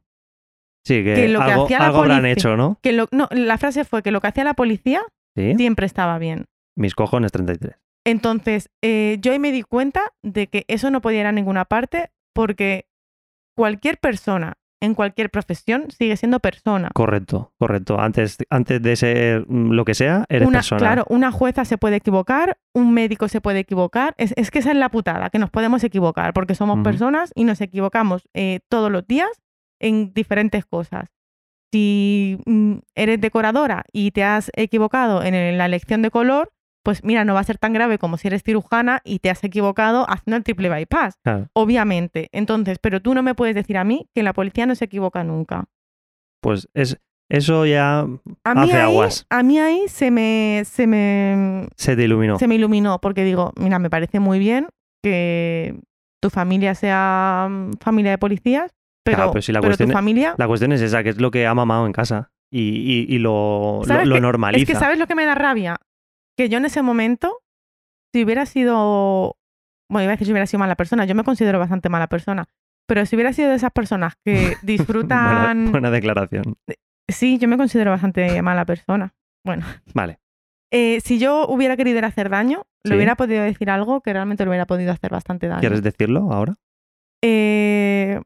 C: Sí, que,
B: *laughs* que lo que
C: algo,
B: hacía la
C: algo habrán
B: policía-
C: hecho, ¿no?
B: que lo- no, la frase fue que lo que hacía la policía
C: Sí.
B: siempre estaba bien.
C: Mis cojones 33.
B: Entonces, eh, yo ahí me di cuenta de que eso no podía ir a ninguna parte porque cualquier persona en cualquier profesión sigue siendo persona.
C: Correcto, correcto. Antes, antes de ser mm, lo que sea, eres
B: una,
C: persona.
B: Claro, una jueza se puede equivocar, un médico se puede equivocar. Es, es que esa es la putada, que nos podemos equivocar, porque somos
C: Ujú.
B: personas y nos equivocamos eh, todos los días en diferentes cosas. Si mm, eres decoradora y te has equivocado en, el- en la elección de color, pues mira, no va a ser tan grave como si eres cirujana y te has equivocado haciendo el triple bypass.
C: Claro.
B: Obviamente. Entonces, pero tú no me puedes decir a mí que la policía no se equivoca nunca.
C: Pues es, eso ya
B: A mí,
C: Hace
B: ahí,
C: aguas.
B: a mí ahí se me, se me
C: se te iluminó.
B: se me iluminó porque digo, mira, me parece muy bien que tu familia sea mm, familia de policías, pero,
C: Claro, pero si la
B: pero
C: cuestión
B: tu
C: es-
B: familia...
C: La cuestión es esa, que es lo que ha mamado en casa y, y- y lo, lo,
B: ¿Sabes
C: lo
B: qué?
C: normaliza.
B: Es que ¿sabes lo que me da rabia? Que yo en ese momento, si hubiera sido... Bueno, iba a decir si hubiera sido mala persona, yo me considero bastante mala persona, pero si hubiera sido de esas personas
C: *laughs*
B: que
C: buena,
B: disfrutan...
C: buena declaración.
B: Sí, yo me considero bastante mala persona.
C: Vale.
B: Eh, si yo hubiera querido ir a hacer daño,
C: Sí.
B: le hubiera podido decir algo que realmente le hubiera podido hacer bastante daño.
C: ¿Quieres decirlo ahora?
B: Eh,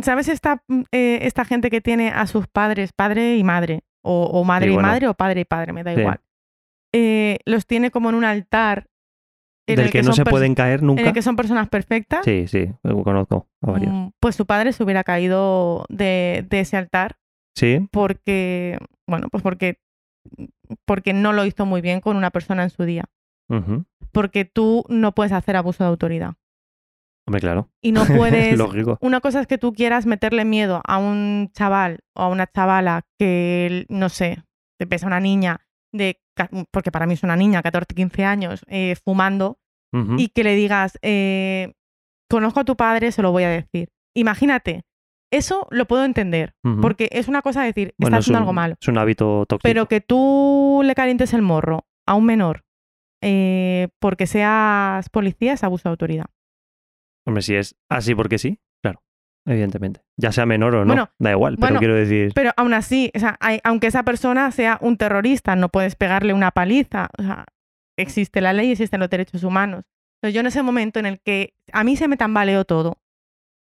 B: ¿Sabes esta, mm, eh, esta gente que tiene a sus padres, padre y madre? O, o madre y
C: Sí, bueno.
B: madre, o padre y padre, me da
C: Sí.
B: igual. Eh, los tiene como en un altar. en
C: Del
B: el
C: que, no
B: son
C: se
B: pers-
C: pueden caer
B: En
C: nunca.
B: el que son personas perfectas.
C: Sí, sí, eh, conozco a varios.
B: mm, Pues su padre se hubiera caído de, de ese altar
C: Sí,
B: porque, bueno, pues porque, porque no lo hizo muy bien con una persona en su día.
C: ujú.
B: Porque tú no puedes hacer abuso de autoridad.
C: hombre, claro.
B: Y
C: *laughs*
B: no puedes
C: Lógico.
B: una cosa es que tú quieras meterle miedo a un chaval o a una chavala que, no sé, te pesa una niña de, ca- mm, porque para mí es una niña, 14, 15 años, eh, fumando,
C: Ujú.
B: y que le digas, eh, conozco a tu padre, se lo voy a decir. Imagínate, eso lo puedo entender,
C: Ujú.
B: porque es una cosa decir,
C: Bueno,
B: está
C: es un,
B: haciendo algo malo,
C: Es un hábito tóxico.
B: pero que tú le calientes el morro a un menor eh, porque seas policía es abuso de autoridad.
C: Hombre, si es así porque sí, claro, evidentemente. Ya sea menor o no,
B: Bueno,
C: da igual, pero
B: bueno,
C: quiero decir,
B: Pero aún así, o sea, hay- aunque esa persona sea un terrorista, no puedes pegarle una paliza. O sea, existe la ley, existen los derechos humanos. Entonces, yo en ese momento en el que a mí se me tambaleó todo,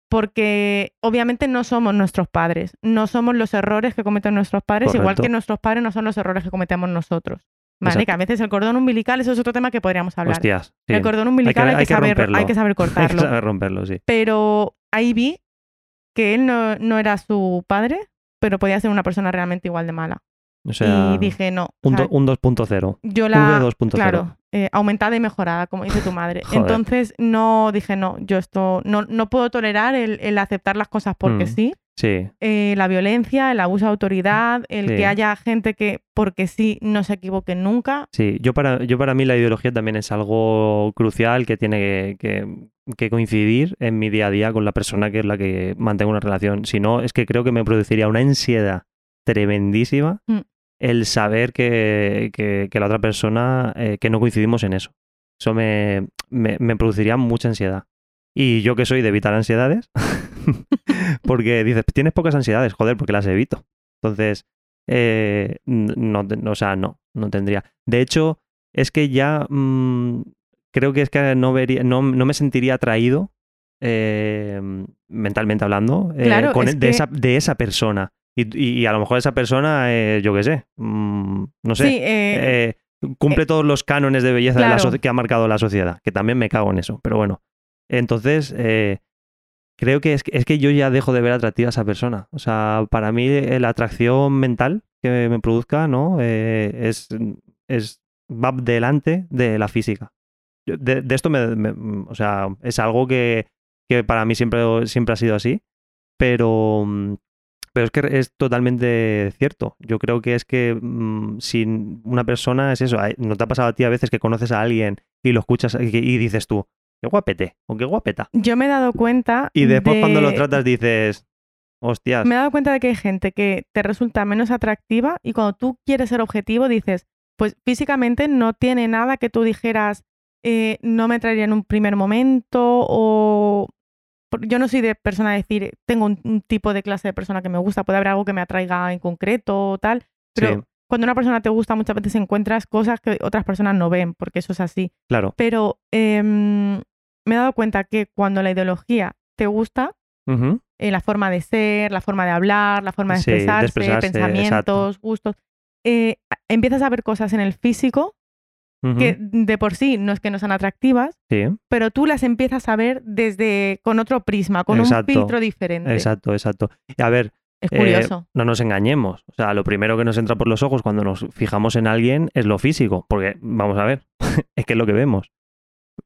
B: porque obviamente no somos nuestros padres, no somos los errores que cometen nuestros padres, igual
C: Correcto.
B: que nuestros padres no son los errores que cometemos nosotros. Vale,
C: Exacto.
B: que a veces el cordón umbilical, eso es otro tema que podríamos hablar.
C: hostias, sí,
B: El cordón umbilical hay que,
C: hay que
B: saber,
C: romperlo.
B: hay que saber
C: *laughs* hay que
B: cortarlo.
C: saber romperlo, sí.
B: pero ahí vi que él no, no era su padre, pero podía ser una persona realmente igual de mala.
C: O sea,
B: y dije, no, o
C: un,
B: sea,
C: do- un 2.0,
B: yo la...
C: V2.0.
B: Claro, eh, aumentada y mejorada, como dice tu madre.
C: *laughs* Joder.
B: Entonces no dije, no, yo esto no, no puedo tolerar el, el aceptar las cosas porque
C: Mm.
B: sí.
C: sí,
B: Eh, la violencia, el abuso de autoridad, el
C: Sí.
B: que haya gente que porque sí no se equivoque nunca.
C: sí. Yo para, yo para mí la ideología también es algo crucial que tiene que, que- que coincidir en mi día a día con la persona que es la que mantengo una relación. Si no, es que creo que me produciría una ansiedad tremendísima
B: Mm.
C: el saber que, que- que la otra persona, eh, que no coincidimos en eso. Eso me, me- me produciría mucha ansiedad. Y yo que soy de evitar ansiedades, *laughs* porque dices, tienes pocas ansiedades, joder, porque las evito. Entonces, eh, n- no, te- no, o sea, no, no tendría. De hecho, es que ya mm, creo que es que no, vería, no, no me sentiría atraído, eh, mentalmente hablando, eh,
B: Claro,
C: con-
B: es
C: de,
B: que-
C: esa, de esa persona. Y, y- y a lo mejor esa persona, eh, yo qué sé, mm, no sé,
B: Sí, eh,
C: eh, cumple todos los cánones de belleza de la
B: claro.
C: soci- que ha marcado la sociedad, que también me cago en eso, pero bueno. Entonces, eh, creo que es, que es que yo ya dejo de ver atractiva a esa persona. O sea, para mí eh, la atracción mental que me produzca, ¿no? Eh, es, es, va delante de la física. Yo- De, de esto me, me- O sea, es algo que, que para mí siempre, siempre ha sido así, pero... mm, pero es que es totalmente cierto. Yo creo que es que mm, si una persona es eso, ay, ¿no te ha pasado a ti a veces que conoces a alguien y lo escuchas y, y dices tú, qué guapete o qué guapeta?
B: yo me he dado cuenta.
C: Y después
B: de-
C: cuando lo tratas dices, hostias,
B: Me he dado cuenta de que hay gente que te resulta menos atractiva y cuando tú quieres ser objetivo dices, pues físicamente no tiene nada que tú dijeras, eh, no me traería en un primer momento o... por- Yo no soy de persona de decir, tengo un, un tipo de clase de persona que me gusta, puede haber algo que me atraiga en concreto o tal, pero
C: Sí.
B: cuando una persona te gusta muchas veces encuentras cosas que otras personas no ven, porque eso es así.
C: claro.
B: Pero em, me he dado cuenta que cuando la ideología te gusta,
C: Ujú,
B: eh, la forma de ser, la forma de hablar, la forma de
C: Sí, de
B: expresarse,
C: expresarse,
B: pensamientos,
C: exacto.
B: gustos, eh, a- empiezas a ver cosas en el físico
C: ujú,
B: que de por sí no es que no sean atractivas,
C: sí,
B: pero tú las empiezas a ver desde con otro prisma, con
C: Exacto,
B: un filtro diferente.
C: exacto, exacto. Y a ver,
B: Es
C: eh,
B: curioso.
C: no nos engañemos. O sea, lo primero que nos entra por los ojos cuando nos fijamos en alguien es lo físico, porque vamos a ver, *laughs* es que es lo que vemos.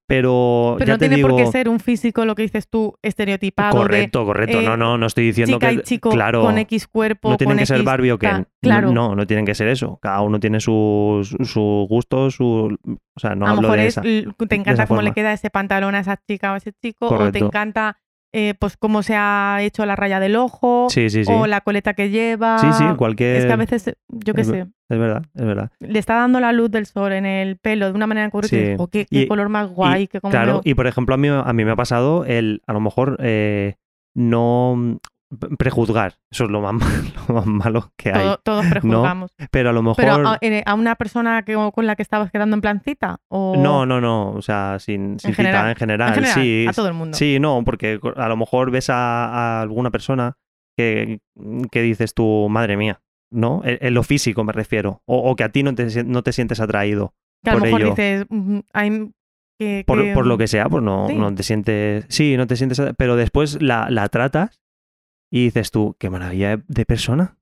C: Pero,
B: pero
C: pues ya
B: no
C: te
B: tiene
C: digo...
B: por qué ser un físico lo que dices tú estereotipado
C: Correcto, correcto.
B: eh,
C: no, no, no estoy
B: de
C: diciendo
B: chica
C: que.
B: y chico
C: claro,
B: con X cuerpo,
C: no tienen
B: con
C: que ser
B: X
C: Barbie o
B: ta-
C: Ken.
B: Claro.
C: No, no, no tienen que ser eso. Cada uno tiene sus sus gustos, su. O sea, no
B: a lo
C: hablo
B: mejor
C: de
B: es,
C: esa.
B: l- te
C: esa
B: encanta cómo
C: forma.
B: le queda ese pantalón a esa chica o a ese chico, o te
C: Correcto.
B: encanta eh, pues cómo se ha hecho la raya del ojo,
C: Sí, sí, sí.
B: o la coleta que lleva.
C: Sí, sí, cualquier.
B: Es que a veces, eh, yo qué
C: Es
B: sé,
C: Es verdad, es verdad.
B: le está dando la luz del sol en el pelo de una manera que
C: Sí.
B: o "Oh, qué, qué
C: Y-
B: color más guay, que como
C: Claro, y por ejemplo, a mí, a mí me ha pasado el, a lo mejor, eh, no mm, pre- prejuzgar. Eso es lo más, malo- lo más *laughs* malo que hay.
B: todos prejuzgamos.
C: Pero a lo mejor.
B: Pero ah, eh, a, en- a una persona que, con la que estabas quedando en plancita, o
C: No, no, no. O sea, sin, sin cita,
B: general.
C: en general.
B: en general,
C: sí,
B: a todo el mundo.
C: Sí, no, porque co- a lo mejor ves a, a alguna persona que, que dices tú, madre mía, ¿no? En, en lo físico me refiero. O, o que a ti no te, sien- no te sientes atraído.
B: que a lo
C: por
B: mejor
C: ello.
B: dices, "Mm, hay- que-
C: Por, por lo que sea, pues no,
B: Em, sí.
C: no te sientes. Sí, no te sientes. atra- Pero después la, la tratas y dices tú, qué maravilla de- de persona.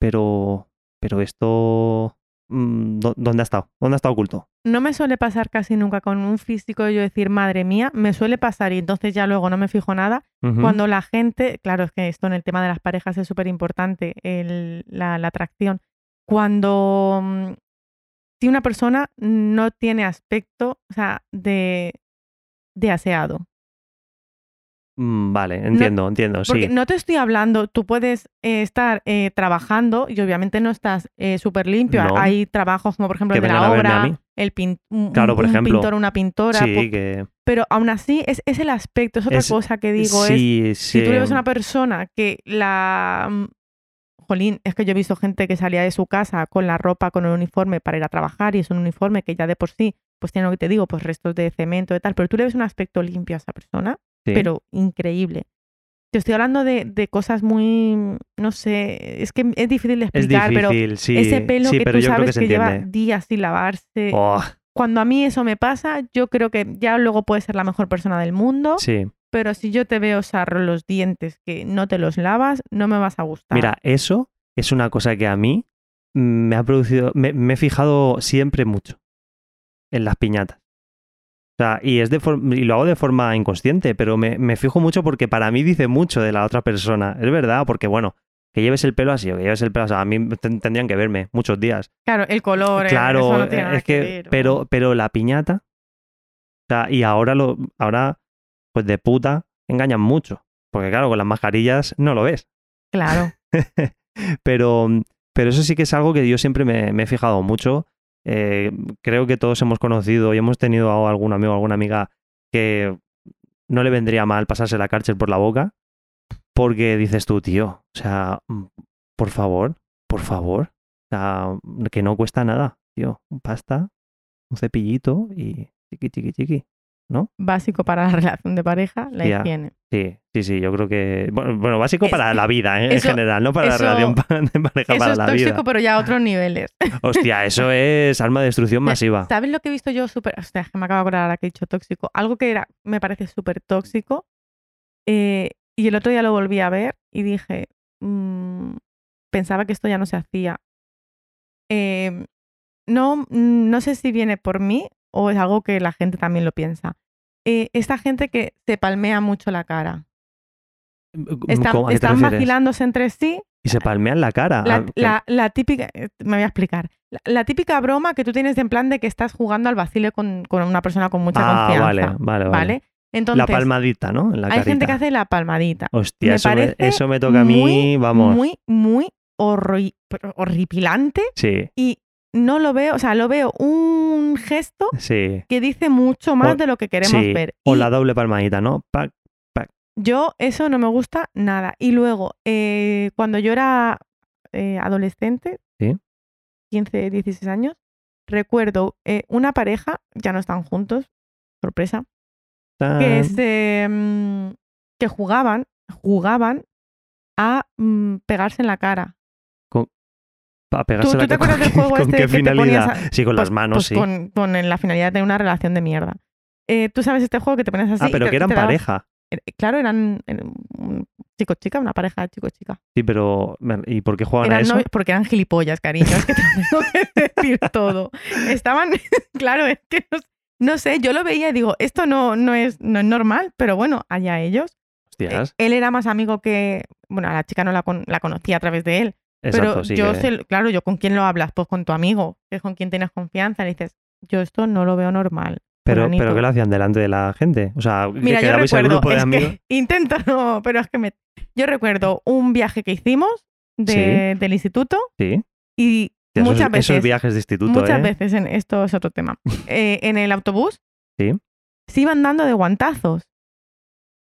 C: Pero. Pero esto. mm, ¿dó- ¿Dónde ha estado? ¿Dónde ha estado oculto?
B: No me suele pasar casi nunca con un físico yo decir, madre mía, me suele pasar y entonces ya luego no me fijo nada.
C: Ujú.
B: Cuando la gente, claro, es que esto en el tema de las parejas es súper importante, el- la, la atracción. Cuando mm, si una persona no tiene aspecto, o sea, de, de aseado.
C: Mm, vale, entiendo, entiendo.
B: Porque
C: Sí.
B: no te estoy hablando, tú puedes eh, estar eh, trabajando y obviamente no estás eh, súper limpio.
C: No.
B: Hay trabajos como por ejemplo
C: Que
B: el de la
C: vengan a verme a
B: obra,
C: mí.
B: el pin- un,
C: Claro,
B: un-
C: por
B: un
C: ejemplo.
B: pintor, una pintora, pues,
C: sí, que.
B: pero aún así es, es el aspecto, es otra
C: Es-
B: cosa que digo. es,
C: sí,
B: si tú le ves
C: sí.
B: a una persona que la... mm, Jolín, es que yo he visto gente que salía de su casa con la ropa, con el uniforme para ir a trabajar y es un uniforme que ya de por sí, pues tiene lo que te digo, pues restos de cemento y tal, pero tú le ves un aspecto limpio a esa persona,
C: Sí.
B: pero increíble. Te estoy hablando de, de cosas muy, mm, no sé, es que es difícil de explicar, pero
C: sí.
B: ese pelo
C: sí,
B: que
C: pero
B: tú
C: yo creo
B: sabes
C: que se
B: que, lleva
C: entiende.
B: días sin lavarse,
C: Oh,
B: cuando a mí eso me pasa, yo creo que ya luego puedes ser la mejor persona del mundo,
C: sí.
B: pero si yo te veo sarro los dientes que no te los lavas, no me vas a gustar.
C: Mira, eso es una cosa que a mí me ha producido, me, me he fijado siempre mucho en las piñatas. O sea, y, es de for- y lo hago de forma inconsciente, pero me, me fijo mucho porque para mí dice mucho de la otra persona. Es verdad, porque bueno, que lleves el pelo así o que lleves el pelo así, a mí ten- tendrían que verme muchos días.
B: claro, el color, eh,
C: Claro,
B: eso no tiene
C: eh,
B: nada
C: es que,
B: ver,
C: pero, pero la piñata, o sea, y ahora lo, ahora, pues de puta, engañan mucho. Porque claro, con las mascarillas no lo ves.
B: Claro,
C: Pero, pero eso sí que es algo que yo siempre me, me he fijado mucho. Eh, creo que todos hemos conocido y hemos tenido a algún amigo o alguna amiga que no le vendría mal pasarse la cárcel por la boca porque dices tú, tío, o sea, mm, por favor, por favor, o sea, que no cuesta nada, tío, pasta, un cepillito y chiqui, chiqui, chiqui.
B: Básico para la *laughs* relación de pareja, la
C: Ya.
B: higiene.
C: Sí, sí, sí, yo creo que. Bueno, bueno, básico
B: Es-
C: para la vida ¿eh? en- en
B: eso-
C: general, no para
B: eso-
C: la relación *laughs* pa- de pareja,
B: Eso
C: para
B: es
C: la
B: tóxico,
C: vida.
B: pero ya a otros niveles. *laughs*
C: Hostia, eso es arma de destrucción masiva.
B: ¿Sabes lo que he visto yo súper? Hostia, es que me acabo de acordar ahora que he dicho tóxico. Algo que era, me parece súper tóxico. eh, y el otro día lo volví a ver y dije, mm, pensaba que esto ya no se hacía. Eh, no, mm, no sé si viene por mí o es algo que la gente también lo piensa. Eh, esta gente que se palmea mucho la cara. Está-
C: ¿Cómo? ¿A qué te
B: están
C: refieres?
B: vacilándose entre sí
C: Y se palmean la cara.
B: la,
C: Ah, que-
B: la- la típica, eh, me voy a explicar. La, la típica broma que tú tienes en plan de que estás jugando al vacile con, con una persona con mucha
C: ah,
B: confianza.
C: vale, vale, vale.
B: ¿vale? Entonces,
C: la palmadita, ¿no? En la
B: hay gente
C: carita.
B: que hace la palmadita.
C: Hostia,
B: me
C: eso, me,
B: parece
C: eso me toca a mí,
B: muy,
C: vamos.
B: Muy, muy horroi- pero horripilante
C: Sí,
B: y no lo veo, o sea, lo veo un gesto
C: sí.
B: que dice mucho más
C: O-
B: de lo que queremos
C: sí.
B: ver.
C: O
B: Y
C: la doble palmadita, ¿no? Pac.
B: Yo eso no me gusta nada. Y luego, eh, cuando yo era eh, adolescente,
C: Sí.
B: 15, 16 años, recuerdo eh, una pareja, ya no están juntos, sorpresa,
C: tan.
B: que, se, mm, que jugaban, jugaban a mm, pegarse en la cara.
C: Pa- pegarse
B: ¿tú
C: la
B: te
C: cara.
B: acuerdas del juego
C: *laughs* ¿Con
B: este
C: qué
B: que te
C: finalidad?
B: ponías
C: Sí, con las
B: Pues-
C: manos,
B: pues
C: sí.
B: Con, con la finalidad de tener una relación de mierda. Eh, Tú sabes este juego que te pones así.
C: ah,
B: y
C: pero
B: te-
C: que eran
B: te dabas-
C: pareja.
B: eh, Claro, eran, eran un chico-chica, una pareja de chico-chica.
C: Sí, pero. me- ¿Y por qué juegan a
B: Eran
C: eso?
B: novi- porque eran gilipollas, cariño. Es que te *laughs* tengo que decir todo. Estaban, *laughs* claro, es que no, no sé, yo lo veía y digo, esto no, no, es, no es normal, pero bueno, allá ellos.
C: Hostias.
B: Él era más amigo que. Bueno, a la chica no la, con- la conocía a través de él.
C: Exacto,
B: eh, pero
C: sí. eh.
B: yo,
C: que-
B: sé- claro, yo con quién lo hablas, pues con tu amigo, que es con quien tienes confianza. Le dices, yo esto no lo veo normal.
C: Pero,
B: fulanito".
C: pero que lo hacían delante de la gente. O sea, que
B: Mira, yo
C: quedabais el
B: recuerdo,
C: grupo de
B: es que
C: amigos.
B: *laughs* intento no, pero es que me. Yo recuerdo un viaje que hicimos de- del instituto
C: Sí.
B: y
C: Hostia, esos-
B: muchas veces.
C: Esos viajes de instituto,
B: Muchas
C: ¿eh?
B: veces, en, esto es otro
C: *laughs*
B: tema, Eh, en el autobús
C: Sí.
B: se iban dando de guantazos.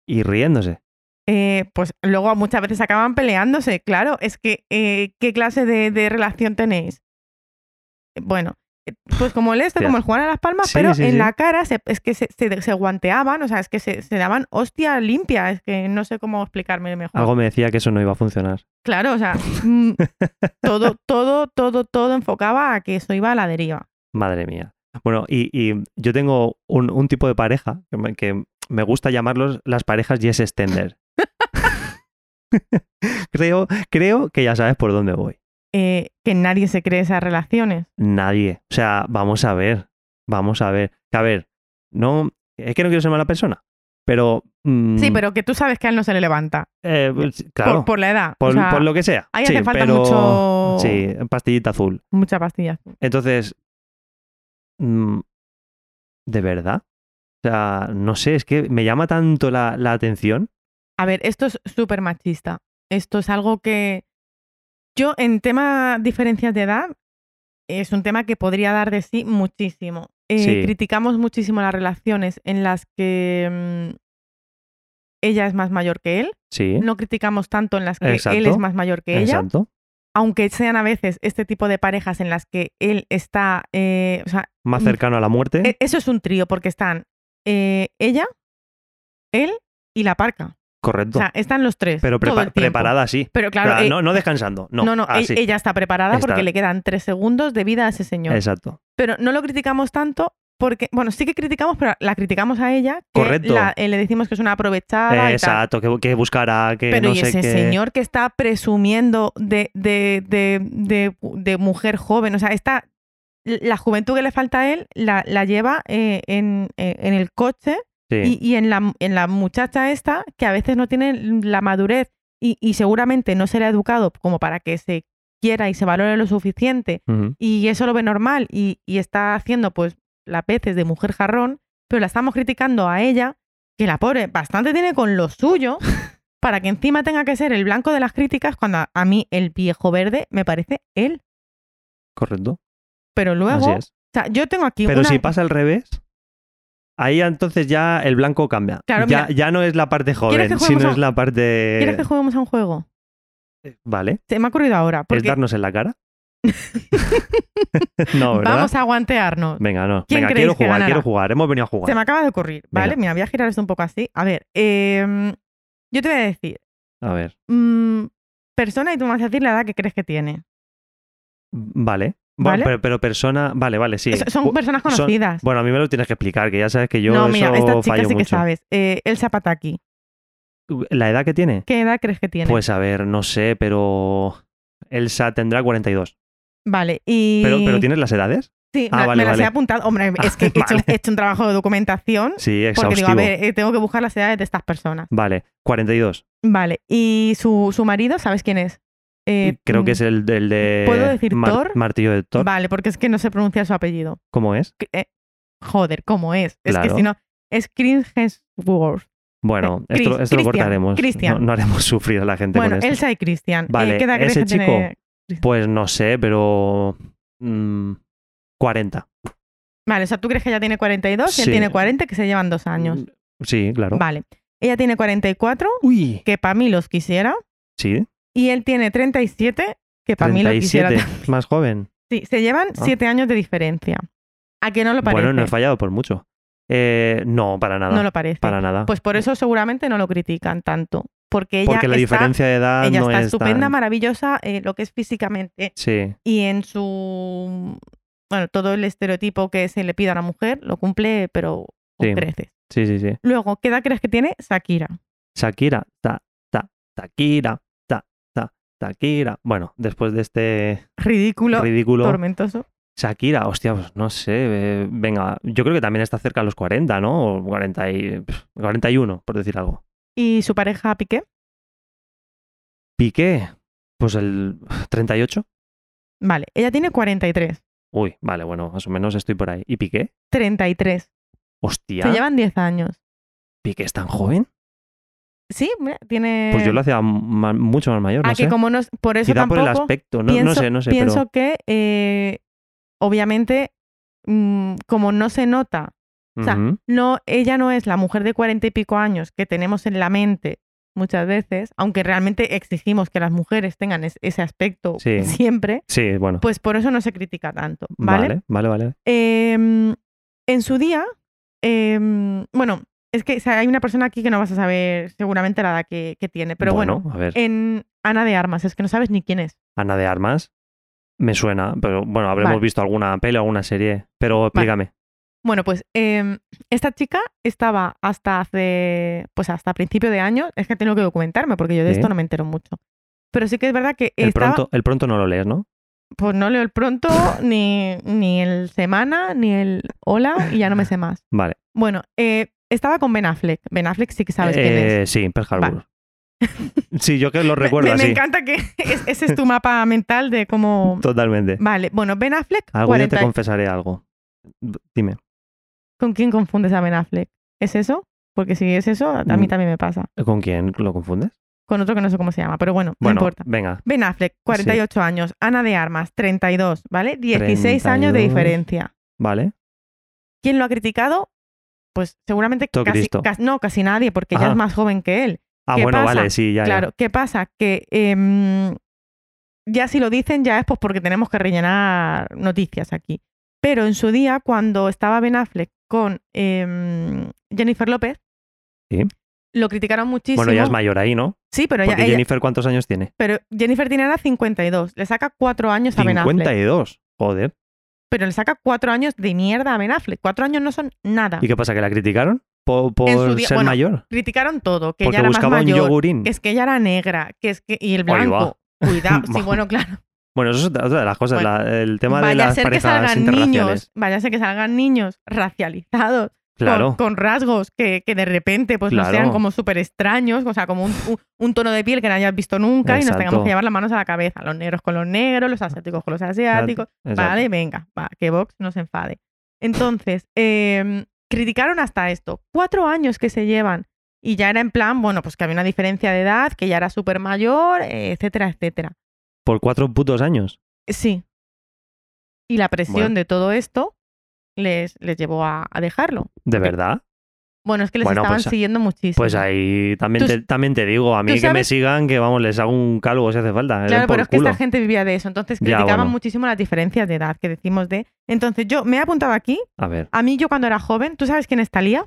C: Y riéndose.
B: Eh, pues luego muchas veces acaban peleándose, claro. Es que, eh, ¿qué clase de, de relación tenéis? Bueno, eh, pues como el esto,
C: Hostia.
B: como el Juan a las Palmas,
C: Sí,
B: pero
C: sí,
B: en
C: sí.
B: la cara se- es que se, se- se guanteaban, o sea, es que se, se daban hostia limpia, es que no sé cómo explicarme mejor.
C: Algo me decía que eso no iba a funcionar.
B: Claro,
C: *laughs*
B: o sea, mm, todo, todo, todo, todo enfocaba a que eso iba a la deriva.
C: Madre mía. Bueno, y, y yo tengo un, un tipo de pareja que me, que me gusta llamarlos las parejas
B: *laughs*
C: yes extender. creo, creo que ya sabes por dónde voy.
B: Eh, que nadie se cree esas relaciones.
C: Nadie. O sea, vamos a ver. Vamos a ver. Que a ver, no. Es que no quiero ser mala persona. Pero. mm,
B: Sí, pero que tú sabes que a él no se le levanta.
C: eh, pues, claro.
B: Por, por la edad.
C: Por,
B: o sea,
C: por lo que sea.
B: ahí
C: sí,
B: hace falta
C: pero-
B: mucho-
C: Sí, pastillita azul.
B: Mucha pastilla.
C: Entonces, mm, ¿de verdad? O sea, no sé, es que me llama tanto la, la atención.
B: A ver, esto es súper machista. Esto es algo que. Yo, en tema diferencias de edad, es un tema que podría dar de sí muchísimo. Eh,
C: Sí.
B: Criticamos muchísimo las relaciones en las que mm, ella es más mayor que él.
C: Sí,
B: No criticamos tanto en las que él
C: Exacto.
B: es más mayor que ella.
C: exacto.
B: Aunque sean a veces este tipo de parejas en las que él está. eh, o sea,
C: Más
B: Mm.
C: cercano a la muerte.
B: E- Eso es un trío, porque están eh, ella, él y la parca.
C: correcto.
B: O sea, están los tres.
C: pero
B: todo
C: prepa-
B: el tiempo.
C: preparada así.
B: Pero claro,
C: O sea,
B: eh,
C: no, no descansando. No,
B: no, no, e-
C: así.
B: ella está preparada
C: Está.
B: porque le quedan tres segundos de vida a ese señor.
C: Exacto.
B: Pero no lo criticamos tanto porque, bueno, sí que criticamos, pero la criticamos a ella. que
C: Correcto.
B: la- eh, le decimos que es una aprovechada. y tal.
C: exacto, que, que buscará, que
B: Pero
C: no
B: y
C: sé
B: ese
C: qué.
B: señor que está presumiendo de, de, de- de- de mujer joven, o sea, está, la juventud que le falta a él la, la lleva eh, en, eh, en el coche
C: Sí,
B: y, y en, la, en la muchacha esta, que a veces no tiene la madurez y, y seguramente no se le ha educado como para que se quiera y se valore lo suficiente
C: ujú.
B: y eso lo ve normal y, y está haciendo pues las veces de mujer jarrón, pero la estamos criticando a ella, que la pobre bastante tiene con lo
C: *laughs*
B: suyo, para que encima tenga que ser el blanco de las críticas cuando a, a mí el viejo verde me parece él.
C: Correcto.
B: Pero
C: Así
B: luego
C: es.
B: sea, yo tengo aquí
C: Pero
B: una-
C: si pasa al revés, ahí entonces ya el blanco cambia.
B: Claro,
C: ya,
B: mira.
C: ya no es la parte joven,
B: que
C: sino
B: juguemos a-
C: es la parte. eh,
B: ¿Quieres que juguemos a un juego?
C: Vale.
B: Se me ha ocurrido ahora.
C: ¿Es
B: Porque
C: darnos en
B: *laughs*
C: la cara? no, ¿verdad?
B: vamos a aguantearnos.
C: Venga, no.
B: ¿Quién
C: Venga,
B: creéis
C: quiero
B: que
C: jugar,
B: ganará?
C: quiero jugar. Hemos venido a
B: Se
C: jugar.
B: me acaba de ocurrir, ¿vale?
C: Venga.
B: Mira, voy a girar esto un poco así. A ver, em, yo te voy a decir,
C: A ver.
B: mm, persona y tú me vas a decir la edad que crees que tiene.
C: Vale. Bueno,
B: ¿Vale?
C: Pero, pero persona. Vale, vale, sí.
B: Es- Son
C: Bu-
B: personas
C: son-
B: conocidas.
C: Bueno, a mí me lo tienes que explicar, que ya sabes que yo
B: no,
C: eso
B: mira, esta chica
C: fallo
B: sí que
C: mucho.
B: sabes. Eh, Elsa Pataki,
C: ¿La edad que tiene?
B: ¿qué edad crees que tiene?
C: Pues a ver, no sé, pero. Elsa tendrá 42.
B: Vale, y...
C: ¿Pero, pero tienes las edades?
B: Sí,
C: Ah,
B: me,
C: vale,
B: me las
C: vale.
B: he apuntado.
C: *laughs*
B: Hombre, es que he, hecho,
C: Vale.
B: he hecho un trabajo de documentación
C: Sí,
B: porque
C: exhaustivo.
B: digo, a ver, eh, tengo que buscar las edades de estas personas.
C: Vale, 42.
B: Vale, y su, su marido, ¿sabes quién es? Eh,
C: Creo
B: mm,
C: que es el, el de.
B: ¿Puedo decir Thor?
C: Martillo de Thor.
B: Vale, porque es que no sé pronunciar su apellido.
C: ¿Cómo es?
B: que- eh, joder, ¿cómo es? Es
C: Claro.
B: que si no, es Chris Hemsworth.
C: Bueno,
B: Eh,
C: esto,
B: Chris-
C: esto lo
B: Cristian,
C: cortaremos.
B: Cristian.
C: No, no haremos *laughs* sufrir a la gente
B: Bueno,
C: con esto.
B: Elsa y Christian. Eh,
C: Vale,
B: ¿qué edad crees
C: ese
B: que tiene?
C: chico. Pues no sé, pero. mm, 40.
B: Vale, o sea, tú crees que ella tiene 42 y
C: Sí.
B: él tiene 40, que se llevan dos años.
C: Mm, Sí, claro.
B: Vale. Ella tiene 44,
C: Uy.
B: que para mí los quisiera.
C: Sí,
B: Y él tiene 37, que para mí los quisiera.
C: 37. *laughs* Más joven.
B: Sí, se llevan
C: Ah.
B: 7 años de diferencia. ¿A qué no lo parece?
C: Bueno, no he fallado por mucho. Eh, no, para nada.
B: No lo parece.
C: Para nada.
B: Pues por eso seguramente no lo critican tanto. Porque ella
C: Porque la
B: está,
C: diferencia de edad
B: ella
C: no
B: está
C: es.
B: estupenda,
C: tan-
B: maravillosa, eh, lo que es físicamente.
C: Sí,
B: y en su bueno, todo el estereotipo que se le pide a la mujer lo cumple, pero con
C: Sí.
B: creces.
C: sí, sí, sí.
B: Luego, ¿qué edad crees que tiene Shakira?
C: Shakira, ta, ta, Shakira, ta, ta, Shakira. Bueno, después de este
B: Ridículo,
C: ridículo.
B: tormentoso.
C: Shakira, hostia, pues no sé. eh, venga, yo creo que también está cerca de los 40, ¿no? O 40 y, pf, 41, por decir algo.
B: ¿Y su pareja Piqué?
C: Piqué, pues el 38.
B: Vale, ella tiene 43.
C: Uy, vale, bueno, más o menos estoy por ahí. ¿Y Piqué?
B: 33.
C: Hostia,
B: Se llevan 10 años.
C: ¿Piqué es tan joven?
B: Sí, mira, tiene...
C: Pues yo lo hacía ma- mucho más mayor,
B: A
C: no
B: que
C: sé.
B: Eh, como no... es- Por eso
C: Quizá
B: tampoco...
C: por el aspecto, no, no
B: pienso,
C: sé, no sé, pero...
B: pienso que, eh, obviamente, mm, como no se nota O sea,
C: Ujú.
B: no, ella no es la mujer de cuarenta y pico años que tenemos en la mente muchas veces, aunque realmente exigimos que las mujeres tengan es- ese aspecto
C: Sí.
B: siempre,
C: Sí, bueno.
B: pues por eso no se critica tanto, ¿vale?
C: Vale, vale, vale.
B: Em, en su día, em, bueno, es que o sea, hay una persona aquí que no vas a saber seguramente la edad que, que tiene, pero bueno, eh,
C: a ver.
B: en Ana de Armas, es que no sabes ni quién es.
C: Ana de Armas me suena, pero bueno, habremos
B: Vale.
C: visto alguna peli, alguna serie. Pero explícame.
B: Bueno, pues em, esta chica estaba hasta hace, pues hasta principio de año, es que tengo que documentarme porque yo de
C: Sí.
B: esto no me entero mucho. Pero sí que es verdad que
C: El,
B: estaba,
C: pronto, el pronto no lo lees, ¿no?
B: pues no leo el
C: *laughs*
B: pronto, ni, ni el semana, ni el hola, y ya no me sé más.
C: Vale.
B: Bueno, eh, estaba con Ben Affleck. Ben Affleck sí que sabes quién es.
C: Eh, Sí, Pearl Harbor. *laughs* sí, yo que lo
B: *laughs*
C: recuerdo
B: me, me
C: así.
B: encanta que es- ese es tu mapa mental de cómo...
C: Totalmente.
B: Vale, bueno, Ben Affleck,
C: Algo yo
B: 40
C: te confesaré algo. D- Dime.
B: ¿con quién confundes a Ben Affleck? ¿Es eso? Porque si es eso, a mí
C: Mm.
B: también me pasa.
C: ¿Con quién lo confundes?
B: Con otro que no sé cómo se llama, pero bueno, no
C: Bueno,
B: importa.
C: venga.
B: Ben Affleck, 48 años. Ana de Armas, 32, ¿vale? 16 años de
C: 32.
B: diferencia.
C: Vale.
B: ¿Quién lo ha criticado? Pues seguramente
C: Todo
B: casi,
C: Cristo.
B: cas- no, casi nadie, porque ella
C: Ah.
B: es más joven que él.
C: Ah,
B: ¿Qué
C: bueno,
B: pasa?
C: vale, sí, ya. ya.
B: Claro, ¿qué pasa? Que em, ya si lo dicen ya es pues porque tenemos que rellenar noticias aquí. Pero en su día, cuando estaba Ben Affleck con em, Jennifer López,
C: Sí.
B: lo criticaron muchísimo.
C: Bueno, ya es mayor ahí, ¿no?
B: Sí, pero, ella-
C: Porque
B: ella-
C: Jennifer, ¿cuántos años tiene?
B: pero Jennifer tiene ahora 52. Le saca cuatro años a Ben Affleck.
C: 52. Joder.
B: pero le saca cuatro años de mierda a Ben Affleck. Cuatro años no son nada.
C: ¿Y qué pasa? ¿Que la criticaron? ¿Por, por
B: Ah. En su día-
C: ser
B: bueno,
C: mayor?
B: Criticaron todo, que
C: Porque
B: ella era más
C: buscaba un
B: mayor,
C: yogurín.
B: que es que ella era negra, que es que y el
C: Ahí va.
B: blanco.
C: *laughs*
B: Cuidado, sí,
C: Vamos.
B: bueno, claro.
C: Bueno, eso es otra otra de las cosas,
B: Bueno,
C: la- el tema de
B: Vaya a
C: las
B: ser que
C: parejas
B: salgan niños,
C: interraciales.
B: vaya a ser que salgan niños racializados, con-
C: Claro,
B: con, rasgos que, que de repente pues nos
C: Claro.
B: sean como súper extraños, o sea, como un, un- un tono de piel que no hayas visto nunca y nos
C: Exacto.
B: tengamos que llevar las manos a la cabeza, los negros con los negros, los asiáticos con los asiáticos.
C: exacto.
B: Vale, venga, va, que Vox no se enfade. Entonces, em, criticaron hasta esto. Cuatro años que se llevan. Y ya era en plan, bueno, pues que había una diferencia de edad, que ya era súper mayor, eh, etcétera, etcétera.
C: Por cuatro putos años.
B: Sí. Y la presión
C: Bueno.
B: de todo esto les, les llevó a, a dejarlo.
C: ¿De
B: Ok.
C: verdad?
B: Bueno, es que les
C: Bueno,
B: estaban
C: pues-
B: siguiendo muchísimo.
C: Pues ahí también,
B: Tú-
C: te, también te digo, a mí
B: tú
C: que me
B: sabes-
C: sigan, que vamos, les hago un calvo si hace falta. les doy
B: Claro,
C: por
B: pero es que
C: culo.
B: esta gente vivía de eso. Entonces
C: Ya,
B: criticaban
C: bueno.
B: muchísimo las diferencias de edad que decimos de. Entonces yo me he apuntado aquí.
C: A ver,
B: A mí, yo cuando era joven, ¿tú sabes quién es Talía?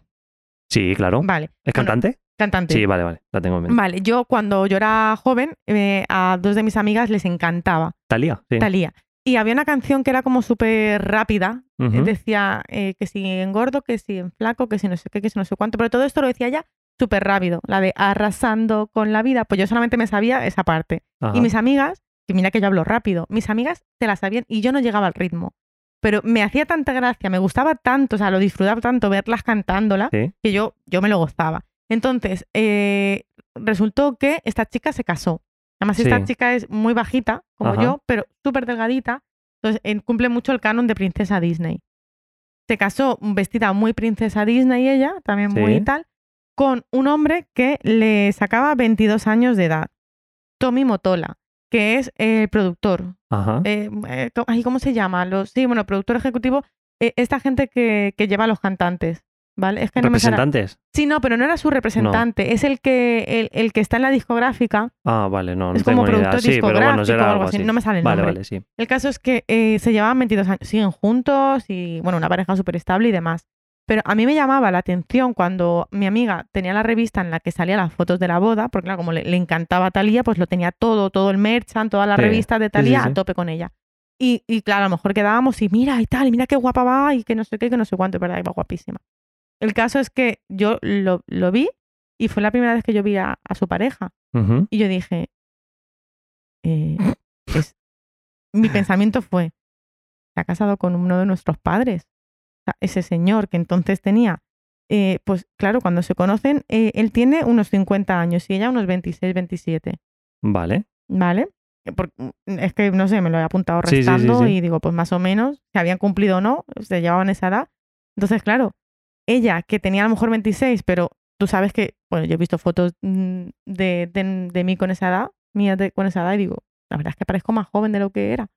C: sí, claro.
B: Vale,
C: ¿Es
B: bueno,
C: cantante?
B: cantante.
C: Sí, vale, vale, la tengo en mente.
B: Vale, yo cuando yo era joven, eh, a dos de mis amigas les encantaba
C: Talía, sí.
B: Talía. Y había una canción que era como súper rápida.
C: Ujú.
B: Eh, Decía eh, que si engordo, que si en flaco, que si no sé qué, que si no sé cuánto. Pero todo esto lo decía ella súper rápido. La de arrasando con la vida. Pues yo solamente me sabía esa parte.
C: Ajá.
B: Y mis amigas, que mira que yo hablo rápido, mis amigas se la sabían y yo no llegaba al ritmo. Pero me hacía tanta gracia, me gustaba tanto, o sea, lo disfrutaba tanto verlas cantándola,
C: Sí.
B: que yo, yo me lo gozaba. Entonces, eh, resultó que esta chica se casó. Además,
C: Sí.
B: esta chica es muy bajita, como
C: Ajá.
B: yo, pero súper delgadita. Entonces, eh, cumple mucho el canon de princesa Disney. Se casó vestida muy princesa Disney ella, también muy
C: Sí.
B: tal, con un hombre que le sacaba 22 años de edad. Tommy Motola, que es eh, el productor.
C: Ajá.
B: Eh, eh, co- ay, ¿Cómo se llama? Los, sí, bueno, productor ejecutivo. eh, esta gente que, que lleva a los cantantes, ¿vale? Es que no me sale-
C: ¿Representantes?
B: Sí, no, pero no era su representante. Es el que, el, el que está en la discográfica.
C: Ah, vale, no, no
B: es como
C: tengo ni idea.
B: productor
C: Sí, pero
B: discográfico
C: bueno, será
B: o
C: algo
B: algo
C: así.
B: así. No me sale el
C: Vale,
B: nombre.
C: vale, sí.
B: El caso es que eh, se llevaban 22 años, siguen juntos y, bueno, una pareja súper estable y demás. Pero a mí me llamaba la atención cuando mi amiga tenía la revista en la que salían las fotos de la boda, porque claro, como le, le encantaba Talía, pues lo tenía todo, todo el merchant, todas las
C: Sí,
B: revistas de
C: sí,
B: Talía
C: sí.
B: a tope con ella. Y, y claro, a lo mejor quedábamos y mira y tal, y mira qué guapa va y que no sé qué, que no sé cuánto, es verdad, que va guapísima. El caso es que yo lo, lo vi y fue la primera vez que yo vi a- a su pareja.
C: Ujú.
B: Y yo dije, eh, es- mi pensamiento fue, se ha casado con uno de nuestros padres. O sea, ese señor que entonces tenía, eh, pues claro, cuando se conocen, eh, él tiene unos 50 años y ella unos 26, 27,
C: Vale.
B: ¿vale? Eh, por- es que, no sé, me lo he apuntado
C: Sí, sí, sí,
B: restando
C: sí.
B: y digo, pues más o menos, se habían cumplido o no, se llevaban esa edad. Entonces, claro, ella que tenía a lo mejor 26, pero tú sabes que, bueno, yo he visto fotos mm, de, de- de mí con esa edad, mía de- con esa edad, y digo, la verdad es que parezco más joven de lo que era.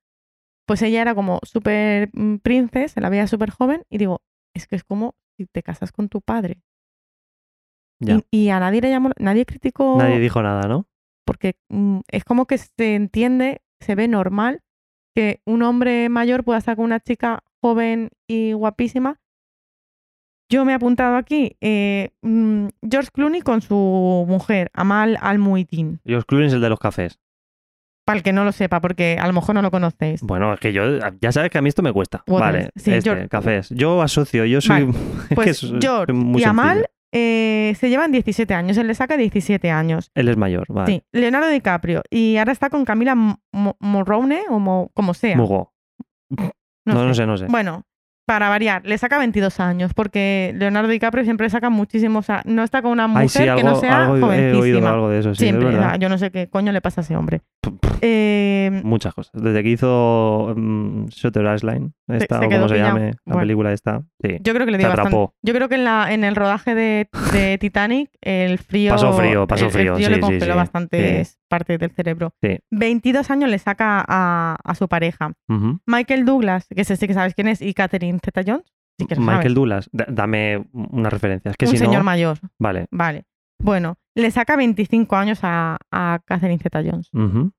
B: Pues ella era como súper mm, princesa, se la veía súper joven, y digo, es que es como si te casas con tu padre.
C: Ya.
B: Y, y a nadie le llamó, nadie criticó,
C: Nadie dijo nada, ¿no?
B: porque mm, es como que se entiende, se ve normal que un hombre mayor pueda estar con una chica joven y guapísima. Yo me he apuntado aquí, eh, mm, George Clooney con su mujer, Amal Al-Muitin.
C: George Clooney es el de los cafés.
B: Para el que no lo sepa, porque a lo mejor no lo conocéis.
C: Bueno, es que yo, ya sabes que a mí esto me cuesta.
B: Waters,
C: Vale,
B: sí,
C: este,
B: George-
C: cafés. Yo asocio, yo soy...
B: Vale,
C: *laughs* *laughs* es que
B: Pues
C: soy-
B: George
C: soy muy
B: y Amal
C: sencillo.
B: eh, se llevan 17 años, él le saca 17 años.
C: Él es mayor, vale.
B: Sí, Leonardo DiCaprio. Y ahora está con Camila Mo- Mo- Morrone o Mo- como sea.
C: Mugo. No, no sé, no sé.
B: Bueno, para variar, le saca 22 años, porque Leonardo DiCaprio siempre saca muchísimos. O sea, no está con una mujer
C: Ay, sí, algo,
B: que no sea
C: algo he oído
B: jovencísima.
C: algo de eso, sí,
B: siempre.
C: es
B: o sea,
C: verdad.
B: yo no sé qué coño le pasa a ese hombre. Eh,
C: Muchas cosas. Desde que hizo mm, Shutter Island, esta,
B: se
C: o
B: quedó
C: como se
B: pillado.
C: llame, la
B: Bueno.
C: película esta, sí.
B: yo creo que le
C: Te
B: dio bastante.
C: atrapó.
B: Yo creo que en, la, en el rodaje de,
C: *laughs*
B: de Titanic, el frío.
C: Pasó frío, pasó
B: el- el
C: frío, sí,
B: le
C: sí,
B: congeló
C: sí.
B: bastantes partes del cerebro.
C: Sí.
B: 22 años le saca a, a su pareja.
C: Ujú.
B: Michael Douglas, que ese sí que sabes quién es, y Catherine Zeta Jones. Sí que lo sabes.
C: Michael Douglas, da- dame una referencia. Es que
B: un
C: si
B: señor
C: no.
B: mayor.
C: Vale.
B: Vale. Bueno, le saca 25 años a, a Catherine Zeta Jones.
C: Ujú.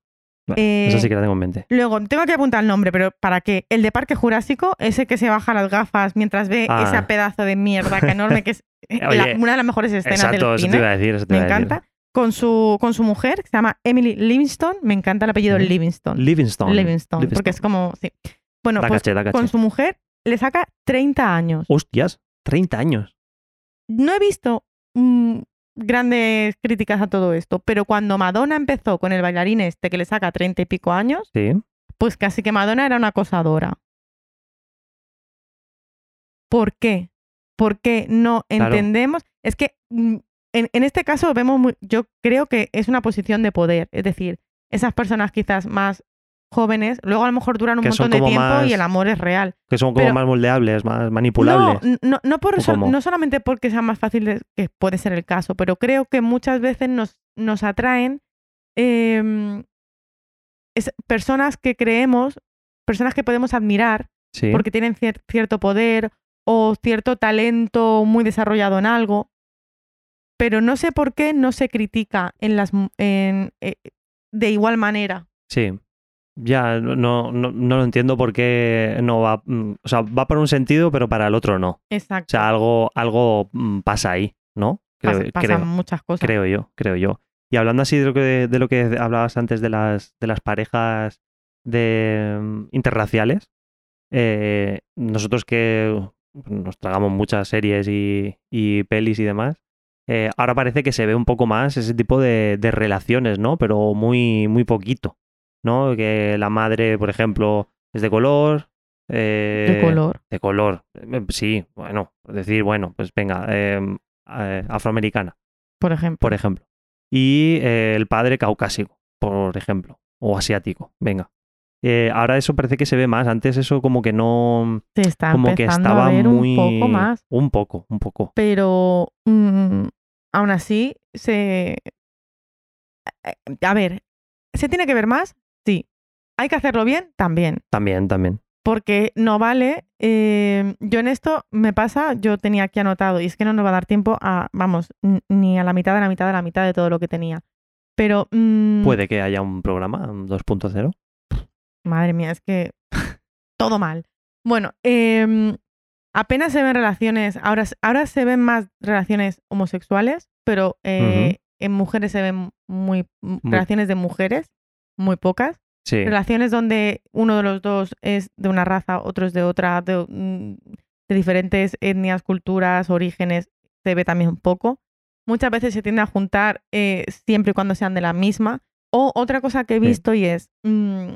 C: Vale, Esa
B: Eh,
C: sí que la tengo en mente.
B: Luego, tengo que apuntar el nombre, pero ¿para qué? El de Parque Jurásico, ese que se baja las gafas mientras ve
C: Ah.
B: ese pedazo de mierda que enorme, que
C: *laughs*
B: es eh, la-
C: Oye,
B: una de las mejores escenas
C: Exacto,
B: del
C: eso te iba
B: cine.
C: a decir. eso te
B: Me
C: iba a decir.
B: encanta. Con su, con su mujer, que se llama Emily Livingston. Me encanta el apellido
C: Ujú.
B: Livingston.
C: Livingstone.
B: Livingston, porque es como. Sí. Bueno,
C: Da
B: pues
C: caché, da
B: con
C: caché.
B: su mujer le saca 30 años.
C: Hostias, 30 años.
B: no he visto mm, grandes críticas a todo esto, pero cuando Madonna empezó con el bailarín este que le saca treinta y pico años,
C: Sí.
B: pues casi que Madonna era una acosadora. ¿Por qué? Porque no
C: Claro.
B: entendemos. Es que mm, en, en este caso vemos, muy- yo creo que es una posición de poder, es decir, esas personas quizás más jóvenes, luego a lo mejor duran un
C: Que son
B: montón de
C: como
B: tiempo
C: más
B: y el amor es real.
C: Que son como
B: Pero-
C: más moldeables, más manipulables.
B: No, no, no por
C: ¿O
B: sol-
C: cómo?
B: no solamente porque sea más fácil, de- que puede ser el caso, pero creo que muchas veces nos, nos atraen em, es- personas que creemos, personas que podemos admirar
C: sí.
B: porque tienen cier- cierto poder o cierto talento muy desarrollado en algo, pero no sé por qué no se critica en las, mu- en, eh, de igual manera.
C: Sí. Ya, no, no, no lo entiendo por qué no va. mm, O sea, va para un sentido, pero para el otro no. O
B: Exacto.
C: sea, algo, algo mm, pasa ahí, ¿no? Creo,
B: Pas- pasan
C: creo,
B: muchas cosas.
C: creo yo, creo yo. Y hablando así de lo que, de lo que hablabas antes de las, de las parejas de, mm, interraciales, eh, nosotros que nos tragamos muchas series y, y pelis y demás, eh, ahora parece que se ve un poco más ese tipo de, de relaciones, ¿no? Pero muy, muy poquito, ¿no? Que la madre, por ejemplo, es de color.
B: de
C: eh,
B: color.
C: de color. Eh, Sí, bueno, decir, bueno, pues venga, em, eh, afroamericana,
B: por ejemplo.
C: por ejemplo. Y eh, el padre caucásico, por ejemplo, o asiático, venga. Eh, ahora eso parece que se ve más. Antes eso como que no...
B: Se está
C: Como que
B: empezando
C: estaba
B: a ver
C: muy...
B: un poco más,
C: Un poco, un poco.
B: pero mm, aún así se... A ver, ¿se tiene que ver más? Sí. ¿Hay que hacerlo bien? También.
C: También, también.
B: porque no vale. eh, yo en esto me pasa, yo tenía aquí anotado, y es que no nos va a dar tiempo a, vamos, n- ni a la mitad de la mitad de la mitad de todo lo que tenía. Pero. mm,
C: Puede que haya un programa un 2.0.
B: Madre mía, es que *laughs* todo mal. Bueno, em, apenas se ven relaciones, ahora, s- ahora se ven más relaciones homosexuales, pero eh, en mujeres se ven muy, m-
C: Muy-
B: relaciones de mujeres, muy pocas.
C: Sí.
B: Relaciones donde uno de los dos es de una raza, otro es de otra, de, mm, de diferentes etnias, culturas, orígenes, se ve también un poco. Muchas veces se tiende a juntar eh, siempre y cuando sean de la misma. O otra cosa que he
C: Sí.
B: visto y es mm,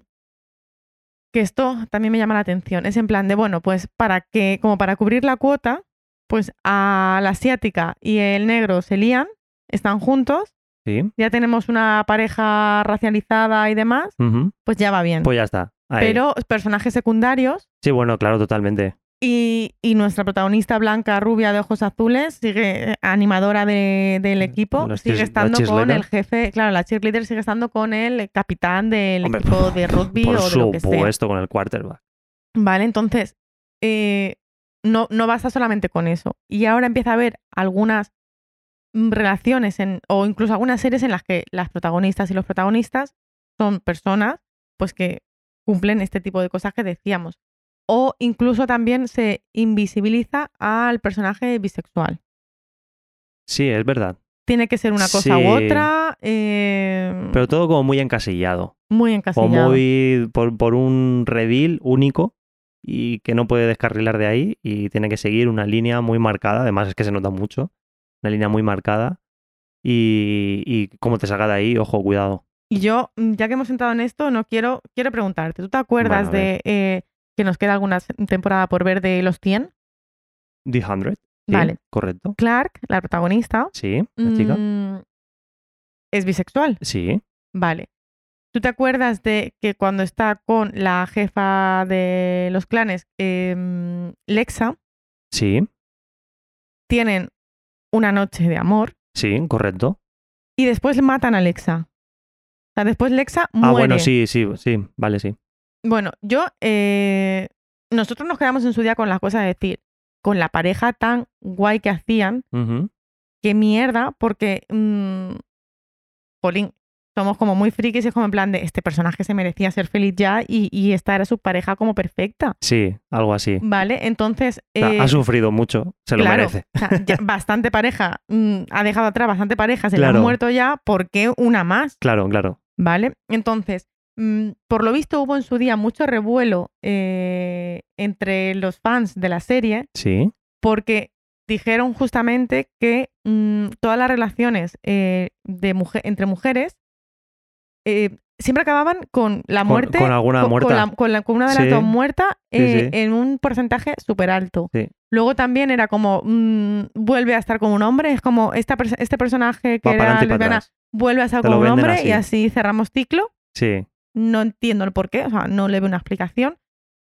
B: que esto también me llama la atención. Es en plan de, bueno, pues para que, como para cubrir la cuota, pues a la asiática y el negro se lían, están juntos,
C: Sí.
B: ya tenemos una pareja racializada y demás,
C: Ujú.
B: pues ya va bien
C: Pues ya está. ahí.
B: pero personajes secundarios
C: Sí, bueno, claro, totalmente.
B: y, y nuestra protagonista blanca, rubia, de ojos azules, sigue eh, animadora de- del equipo,
C: Mm, La cheers-
B: sigue
C: la
B: estando con
C: cheerleader.
B: el jefe, claro, la cheerleader sigue estando con el capitán del
C: Hombre,
B: equipo de rugby
C: Por
B: o de lo que sea.
C: supuesto, con el quarterback.
B: Vale, entonces, eh, no, no basta solamente con eso. Y ahora empieza a haber algunas mm, relaciones en, o incluso algunas series en las que las protagonistas y los protagonistas son personas pues que cumplen este tipo de cosas que decíamos. O incluso también se invisibiliza al personaje bisexual.
C: Sí, es verdad.
B: Tiene que ser una cosa
C: Sí.
B: u otra, eh,
C: Pero todo como muy encasillado.
B: muy
C: o
B: encasillado.
C: muy por, por un reveal único y que no puede descarrilar de ahí y tiene que seguir una línea muy marcada, además es que se nota mucho, una línea muy marcada y, y como te salga de ahí, ojo, cuidado.
B: Y yo, mm, ya que hemos entrado en esto, no quiero, quiero preguntarte, ¿tú te acuerdas
C: Bueno, a ver.
B: de eh, que nos queda alguna se- temporada por ver de Los 100?
C: The 100, sí,
B: Vale.
C: correcto.
B: Clark, la protagonista,
C: Sí, la chica.
B: mm, es bisexual,
C: Sí,
B: vale. ¿Tú te acuerdas de que cuando está con la jefa de los clanes, em, Lexa,
C: sí,
B: tienen una noche de amor
C: sí, correcto.
B: y después matan a Lexa? O sea, después Lexa muere.
C: Ah, bueno, sí, sí, sí, vale, sí.
B: Bueno, yo. eh, nosotros nos quedamos en su día con las cosas de decir, con la pareja tan guay que hacían,
C: Ujú.
B: qué mierda, porque. mm, jolín, somos como muy frikis y es como en plan de este personaje se merecía ser feliz ya y, y esta era su pareja como perfecta.
C: Sí, algo así.
B: ¿Vale? Entonces.
C: O sea,
B: eh,
C: ha sufrido mucho, se lo
B: claro,
C: merece.
B: o sea,
C: *laughs*
B: ya bastante pareja, mm, ha dejado atrás bastante pareja, se le
C: Claro.
B: han muerto ya, ¿por qué una más?
C: Claro, claro.
B: ¿Vale? Entonces, mm, por lo visto hubo en su día mucho revuelo eh, entre los fans de la serie
C: Sí,
B: porque dijeron justamente que mm, todas las relaciones eh, de muje- entre mujeres eh, siempre acababan con la
C: Con-
B: muerte,
C: con alguna
B: con- con
C: muerta.
B: la- con la- con una de
C: Sí.
B: las dos muertas
C: Sí,
B: eh,
C: sí.
B: en un porcentaje súper alto.
C: Sí.
B: Luego también era como, mm, vuelve a estar con un hombre, es como, esta perso- este personaje que
C: va para
B: era
C: adelante y para
B: lesbiana
C: atrás.
B: vuelve a estar
C: Te
B: con
C: lo
B: un
C: venden
B: hombre y
C: así.
B: así cerramos ciclo
C: Sí,
B: no entiendo el porqué, o sea, no le veo una explicación.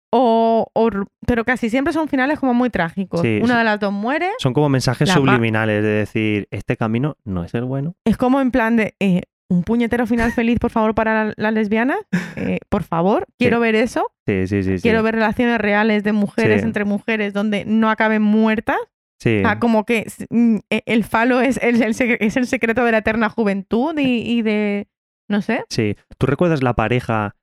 B: O, o r- pero casi siempre son finales como muy trágicos.
C: Sí,
B: Una
C: sí.
B: de las dos muere,
C: son como mensajes
B: La ma-
C: subliminales de decir, este camino no es el bueno.
B: es como en plan de, eh, un puñetero
C: *laughs*
B: final feliz, por favor, para la- las lesbianas. Eh, por favor, quiero ver eso.
C: Sí, sí, sí. sí.
B: Quiero ver relaciones reales de mujeres
C: Sí.
B: entre mujeres donde no acaben muertas.
C: Sí.
B: O sea, como que s- mm, e- el falo es el, el secre- es el secreto de la eterna juventud y, y de. No sé.
C: Sí. ¿Tú recuerdas la pareja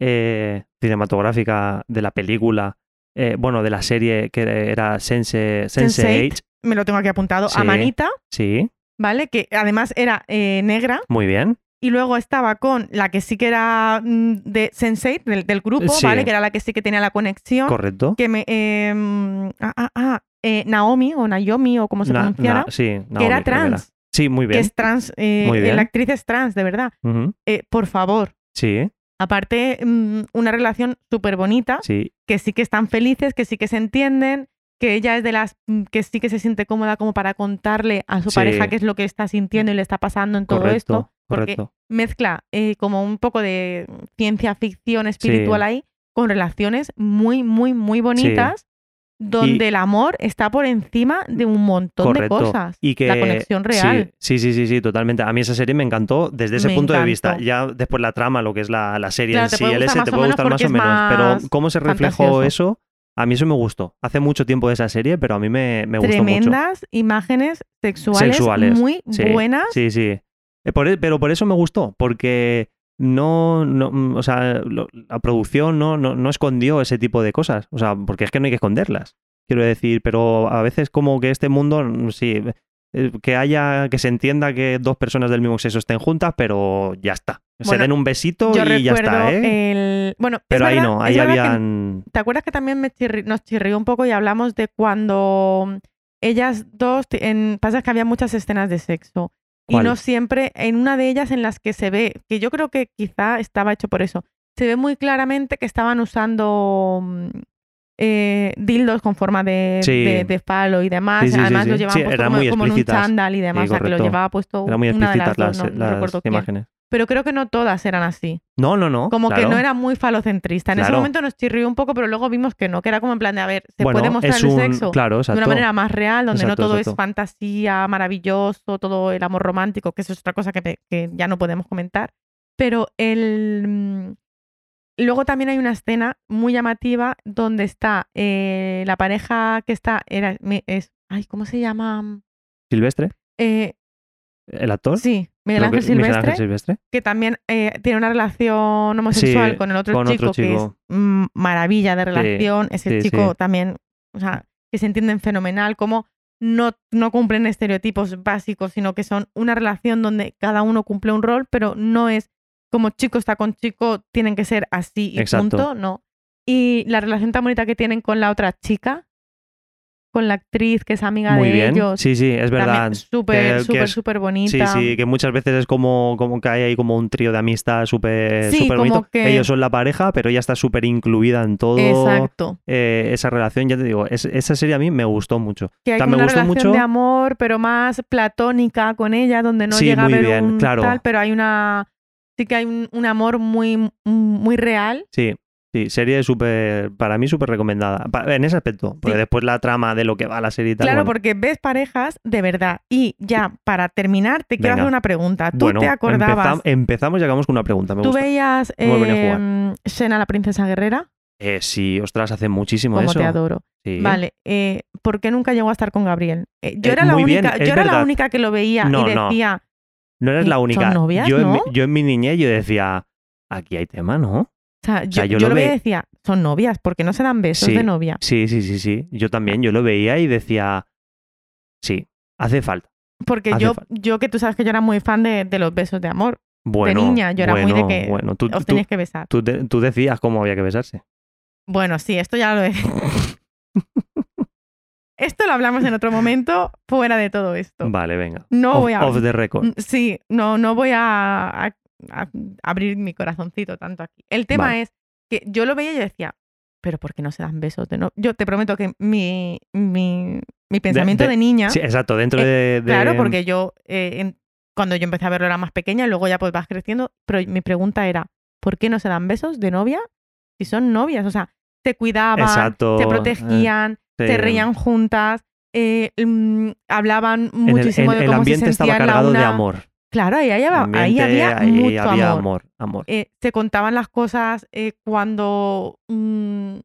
C: eh, cinematográfica de la película? eh, bueno, de la serie que era Sense, Sense8.
B: Sense8. Me lo tengo aquí apuntado.
C: Sí.
B: A Manita,
C: Sí,
B: ¿vale? Que además era eh, negra.
C: muy bien.
B: Y luego estaba con la que sí que era mm, de Sense8, del, del grupo,
C: Sí.
B: ¿vale? Que era la que sí que tenía la conexión.
C: Correcto.
B: que me eh, mm, ah, ah, ah, eh, Naomi o Naomi o como se
C: Na-
B: pronunciara,
C: na- sí,
B: que era
C: Naomi, creo que era.
B: trans,
C: Sí, muy
B: que
C: bien.
B: es trans, eh,
C: Muy
B: eh,
C: bien.
B: la actriz es trans, de verdad.
C: Ujú.
B: Eh, por favor.
C: Sí,
B: Aparte, mm, una relación súper bonita,
C: sí,
B: que sí que están felices, que sí que se entienden, que ella es de las mm, que sí que se siente cómoda como para contarle a su
C: Sí.
B: pareja qué es lo que está sintiendo y le está pasando en todo
C: correcto,
B: esto. porque
C: correcto.
B: Mezcla eh, como un poco de ciencia ficción espiritual ahí con relaciones muy, muy, muy bonitas donde
C: Y-
B: el amor está por encima de un montón
C: Correcto.
B: de cosas.
C: Y que,
B: La conexión
C: sí,
B: real.
C: Sí, sí, sí, sí, totalmente. A mí esa serie me encantó desde ese
B: Me
C: punto de vista.
B: encantó.
C: Ya después la trama, lo que es la, la serie
B: Claro,
C: en
B: te
C: sí,
B: puede
C: el
B: gustar
C: ese
B: más
C: te
B: o
C: puede
B: menos
C: gustar más
B: porque
C: o
B: es
C: menos.
B: más
C: Pero cómo se reflejó
B: fantasioso.
C: eso, a mí eso me gustó. Hace mucho tiempo de esa serie, pero a mí me, me gustó mucho.
B: Tremendas imágenes sexuales,
C: Sexuales,
B: muy
C: sí.
B: buenas.
C: Sí, sí. Eh, por e- pero por eso me gustó, porque no, no mm, o sea, lo- la producción no, no, no escondió ese tipo de cosas. O sea, porque es que no hay que esconderlas. Quiero decir, pero a veces como que este mundo, mm, sí, eh, que haya, que se entienda que dos personas del mismo sexo estén juntas, pero ya está. se
B: Bueno,
C: den un besito
B: Yo
C: Oh, y
B: recuerdo
C: ya está, ¿eh?
B: el... Bueno, es
C: pero ahí
B: verdad-
C: no,
B: es
C: ahí
B: verdad que-
C: habían...
B: ¿Te acuerdas que también me chirri- nos chirrió un poco y hablamos de cuando ellas dos... t- En... Pasa que había muchas escenas de sexo.
C: ¿Cuál?
B: Y no siempre... En una de ellas en las que se ve, que yo creo que quizá estaba hecho por eso, se ve muy claramente que estaban usando... mm, eh, dildos con forma de,
C: Sí.
B: de, de falo y demás.
C: Sí, sí, sí,
B: Además
C: sí.
B: lo llevaban
C: Sí,
B: puesto
C: eran
B: como,
C: muy
B: como en un
C: explícitas.
B: chándal y demás. o sea, que lo
C: correcto.
B: llevaba puesto
C: Eran muy
B: una de las
C: explícitas
B: dos,
C: las,
B: no- no,
C: las
B: recuerdo quién.
C: imágenes.
B: Pero creo que no todas eran así.
C: No, no, no.
B: Como
C: claro.
B: que no era muy falocentristas. En ese
C: Claro.
B: momento nos chirrió un poco, pero luego vimos que no, que era como en plan de, a ver, se
C: Bueno,
B: puede mostrar
C: es
B: el
C: un-
B: sexo
C: Claro,
B: de
C: exacto.
B: una manera más real, donde
C: Exacto,
B: no todo
C: exacto.
B: es fantasía, maravilloso, todo el amor romántico, que eso es otra cosa que, me- que ya no podemos comentar. Pero el... mm, Luego también hay una escena muy llamativa donde está eh, la pareja que está... Era, me- es, ay, ¿cómo se llama?
C: Silvestre,
B: Eh,
C: el actor.
B: sí, Miguel
C: Creo que-
B: Ángel
C: Miguel Ángel
B: Silvestre
C: Silvestre.
B: que también eh, tiene una relación homosexual
C: Sí,
B: con el otro
C: con
B: chico,
C: otro
B: que es
C: chico.
B: mm, maravilla de relación. Ese
C: sí,
B: chico
C: sí.
B: también, o sea, que se entienden fenomenal, como no, no cumplen estereotipos básicos, sino que son una relación donde cada uno cumple un rol, pero no es como chico está con chico, tienen que ser así y
C: Exacto.
B: punto, no. Y la relación tan bonita que tienen con la otra chica, con la actriz que es amiga
C: Muy
B: de
C: bien.
B: ellos.
C: Sí, sí, es
B: también
C: verdad. Que-
B: Súper,
C: que
B: súper,
C: es-
B: súper
C: Sí,
B: bonita.
C: sí, que muchas veces es como, como que hay ahí como un trío de amistad súper
B: Sí,
C: súper
B: como
C: bonito.
B: que-
C: Ellos son la pareja, pero ella está súper incluida en todo.
B: Exacto.
C: eh, esa relación, ya te digo, es- esa serie a mí me gustó mucho.
B: que hay
C: Ta-
B: como una
C: me gustó
B: relación
C: mucho-
B: de amor, pero más platónica con ella, donde no
C: Sí,
B: llega a
C: muy
B: haber
C: bien,
B: un
C: claro.
B: tal, pero hay una sí que hay un, un amor muy muy real.
C: Sí, sí, serie súper, para mí súper recomendada. Pa- en ese aspecto, porque
B: Sí.
C: después la trama de lo que va la serie y tal.
B: claro,
C: bueno,
B: porque ves parejas de verdad. Y ya para terminar te quiero
C: Venga.
B: hacer una pregunta. ¿Tú
C: bueno,
B: te acordabas?
C: empezam- empezamos y acabamos con una pregunta. Me
B: ¿Tú
C: gusta.
B: veías
C: Hemos venido a
B: eh, Xena la princesa guerrera?
C: Eh, sí, ostras, hace muchísimo
B: Como
C: eso.
B: te adoro.
C: Sí.
B: Vale, eh, ¿por qué nunca llegó a estar con Gabriel? Eh, yo
C: Eh,
B: era la
C: muy bien,
B: única,
C: es
B: yo era la
C: verdad.
B: única que lo veía
C: No,
B: y
C: no.
B: decía,
C: No eres
B: Eh,
C: la
B: son
C: única.
B: novias,
C: yo, en mi,
B: ¿no?
C: yo en mi niñez yo decía, aquí hay tema, ¿no?
B: o sea, yo,
C: sea, yo
B: yo
C: lo
B: lo veía y
C: ve-
B: decía, son novias, porque no se dan besos
C: Sí.
B: de novia.
C: Sí, sí, sí, sí. Yo también, yo lo veía y decía, sí, hace falta.
B: Porque
C: Hace
B: yo,
C: falta.
B: yo que tú sabes que yo era muy fan de, de los besos de amor.
C: Bueno,
B: niña, yo era muy de
C: bueno,
B: que
C: Bueno, tú,
B: Os
C: tú-
B: tenías que besar.
C: tú de- tú decías cómo había que besarse.
B: Bueno, sí, esto ya lo he...
C: *laughs*
B: esto lo hablamos en otro momento, fuera de todo esto.
C: Vale, venga.
B: No
C: off,
B: voy a...
C: off the record.
B: Mm, Sí, no, no voy a, a- a abrir mi corazoncito tanto aquí. El tema
C: Vale.
B: es que yo lo veía y yo decía, pero ¿por qué no se dan besos? de no-?". Yo te prometo que mi, mi, mi pensamiento de,
C: de-
B: niña...
C: Sí, exacto, dentro
B: Eh,
C: de, de-
B: Claro, porque yo, eh, en- cuando yo empecé a verlo era más pequeña y luego ya pues vas creciendo, pero mi pregunta era, ¿por qué no se dan besos de novia si son novias? O sea, se cuidaban,
C: Exacto,
B: se
C: eh,
B: protegían,
C: sí.
B: se reían juntas, eh, mm, hablaban
C: En el,
B: muchísimo
C: en-
B: de
C: el
B: cómo
C: ambiente
B: se
C: estaba
B: sentían la
C: cargado
B: una.
C: de amor.
B: Claro, ahí, había- ahí
C: Ambiente,
B: había
C: ahí
B: mucho amor.
C: había amor. amor.
B: eh, se contaban las cosas eh, cuando, mm,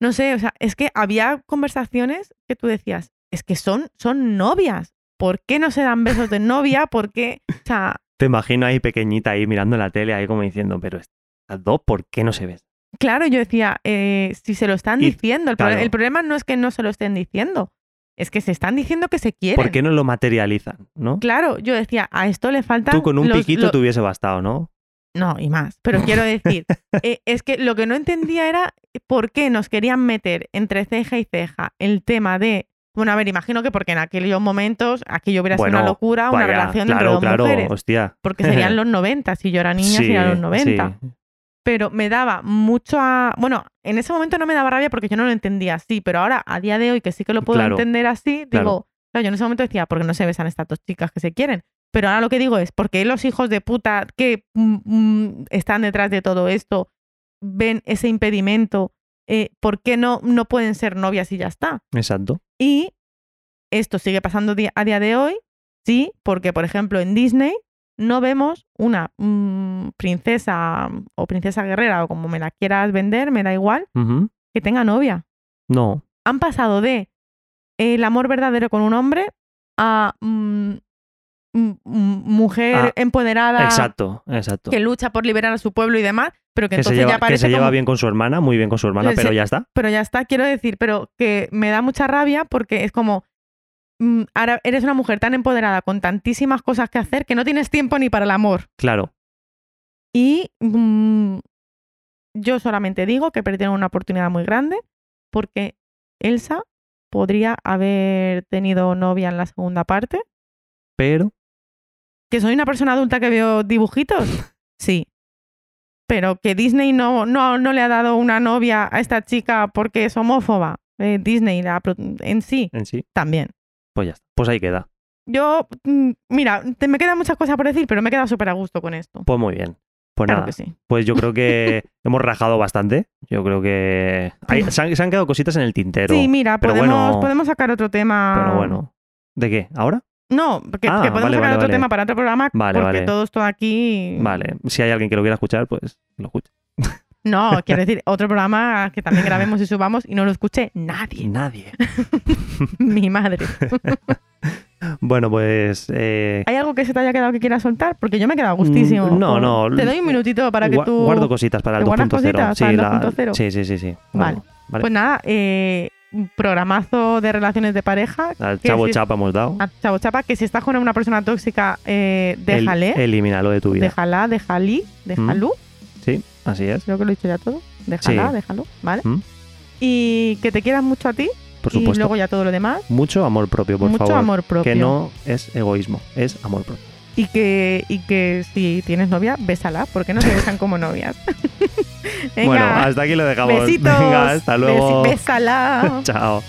B: no sé, o sea, es que había conversaciones que tú decías, es que son, son novias, ¿por qué no se dan besos de novia? ¿Por
C: *laughs*
B: qué? O sea,
C: Te imagino ahí pequeñita, ahí mirando la tele, ahí como diciendo, pero estas dos, ¿por qué no se ves?
B: claro, yo decía, eh, si se lo están
C: Y-
B: diciendo, el, pro-
C: claro.
B: el problema no es que no se lo estén diciendo, es que se están diciendo que se quieren.
C: ¿Por qué no lo materializan? ¿no?
B: Claro, yo decía, a esto le faltan...
C: Tú con un
B: los-
C: piquito
B: lo-
C: te hubiese bastado, ¿no?
B: No, y más. Pero
C: *laughs*
B: quiero decir, eh, es que lo que no entendía era eh, por qué nos querían meter entre ceja y ceja el tema de. Bueno, a ver, imagino que porque en aquellos momentos aquí yo hubiera sido
C: Bueno,
B: una locura, una
C: Vaya,
B: relación entre
C: claro,
B: dos
C: claro,
B: mujeres.
C: hostia.
B: Porque
C: *laughs*
B: serían los 90, si yo era niña
C: Sí,
B: serían los 90.
C: sí.
B: Pero me daba mucho a. Bueno, en ese momento no me daba rabia porque yo no lo entendía así, pero ahora, a día de hoy, que sí que lo puedo
C: Claro,
B: entender así, digo,
C: claro.
B: claro. yo en ese momento decía, porque no se besan estas dos chicas que se quieren. Pero ahora lo que digo es, porque los hijos de puta que mm, mm, están detrás de todo esto ven ese impedimento? eh, ¿Por qué no, no pueden ser novias y ya está?
C: Exacto.
B: Y esto sigue pasando di- a día de hoy, sí, porque por ejemplo en Disney no vemos una mm, princesa mm, o princesa guerrera o como me la quieras vender, me da igual,
C: Ujú.
B: que tenga novia.
C: No,
B: Han pasado de el amor verdadero con un hombre a mm, mm, mm, mujer
C: Ah,
B: empoderada
C: exacto, exacto.
B: que lucha por liberar a su pueblo y demás, pero que,
C: Que se,
B: entonces
C: lleva,
B: ya
C: que
B: parece
C: se lleva
B: como-
C: bien con su hermana, muy bien con su hermana,
B: Le-
C: pero
B: se-
C: ya está.
B: pero ya está, quiero decir, pero que me da mucha rabia porque es como, mm, ahora eres una mujer tan empoderada con tantísimas cosas que hacer que no tienes tiempo ni para el amor.
C: Claro.
B: Y mm, yo solamente digo que perdieron una oportunidad muy grande porque Elsa podría haber tenido novia en la segunda parte.
C: Pero
B: ¿Que soy una persona adulta que veo dibujitos?
C: *laughs*
B: Sí. Pero que Disney no, no, no le ha dado una novia a esta chica porque es homófoba. eh, Disney la pro- en sí
C: en sí,
B: también.
C: pues ya está. Pues ahí queda.
B: Yo, mm, mira, te- me quedan muchas cosas por decir, pero me he quedado súper a gusto con esto.
C: Pues muy bien. Pues
B: Claro
C: nada.
B: que sí.
C: Pues yo
B: *laughs*
C: creo que hemos rajado bastante. Yo creo que. hay- se, han, se han quedado cositas en el tintero.
B: sí, Ah. mira,
C: pero
B: podemos,
C: bueno-
B: podemos sacar otro tema.
C: Pero bueno. ¿De qué? ¿Ahora?
B: No, que, que
C: Ah,
B: podemos
C: vale,
B: sacar
C: vale,
B: otro
C: vale.
B: tema para otro programa
C: Vale,
B: porque
C: vale.
B: todo esto aquí...
C: Vale. Si hay alguien que lo quiera escuchar, pues lo escuche.
B: No,
C: *laughs*
B: quiero decir, otro programa que también grabemos y subamos y no lo escuche nadie.
C: Nadie. Mm.
B: *laughs* Mi madre.
C: Bueno, pues. eh,
B: ¿Hay algo que se te haya quedado que quieras soltar? Porque yo me he quedado gustísimo.
C: Mm, no,
B: Con-
C: no.
B: Te doy un minutito para que
C: gua-
B: tú...
C: Guardo cositas para el
B: ¿Te guardas
C: 2.0.
B: cositas
C: Sí,
B: para el
C: la-
B: 2.0?
C: sí, sí, sí, sí.
B: Vale.
C: vale.
B: Pues nada, eh, un programazo de relaciones de pareja.
C: Al
B: que
C: chavo
B: si-
C: chapa hemos dado.
B: a Chavo Chapa, que si estás con una persona tóxica, eh,
C: El-
B: déjale.
C: elimínalo de tu vida.
B: déjala, déjali, déjalo.
C: Sí, así es.
B: Creo que lo he dicho ya todo. Déjala,
C: Sí.
B: déjalo, ¿vale?
C: Mm.
B: Y que te quieras mucho a ti
C: Por
B: y
C: supuesto.
B: luego ya todo lo demás.
C: Mucho amor propio, por
B: mucho
C: favor.
B: amor propio.
C: Que no es egoísmo, es amor propio.
B: Y que, y que si tienes novia, bésala, porque no se besan como novias. *laughs* Venga,
C: Bueno, hasta aquí lo dejamos.
B: besitos.
C: Venga, hasta luego.
B: Besi- Bésala.
C: *laughs* Chao.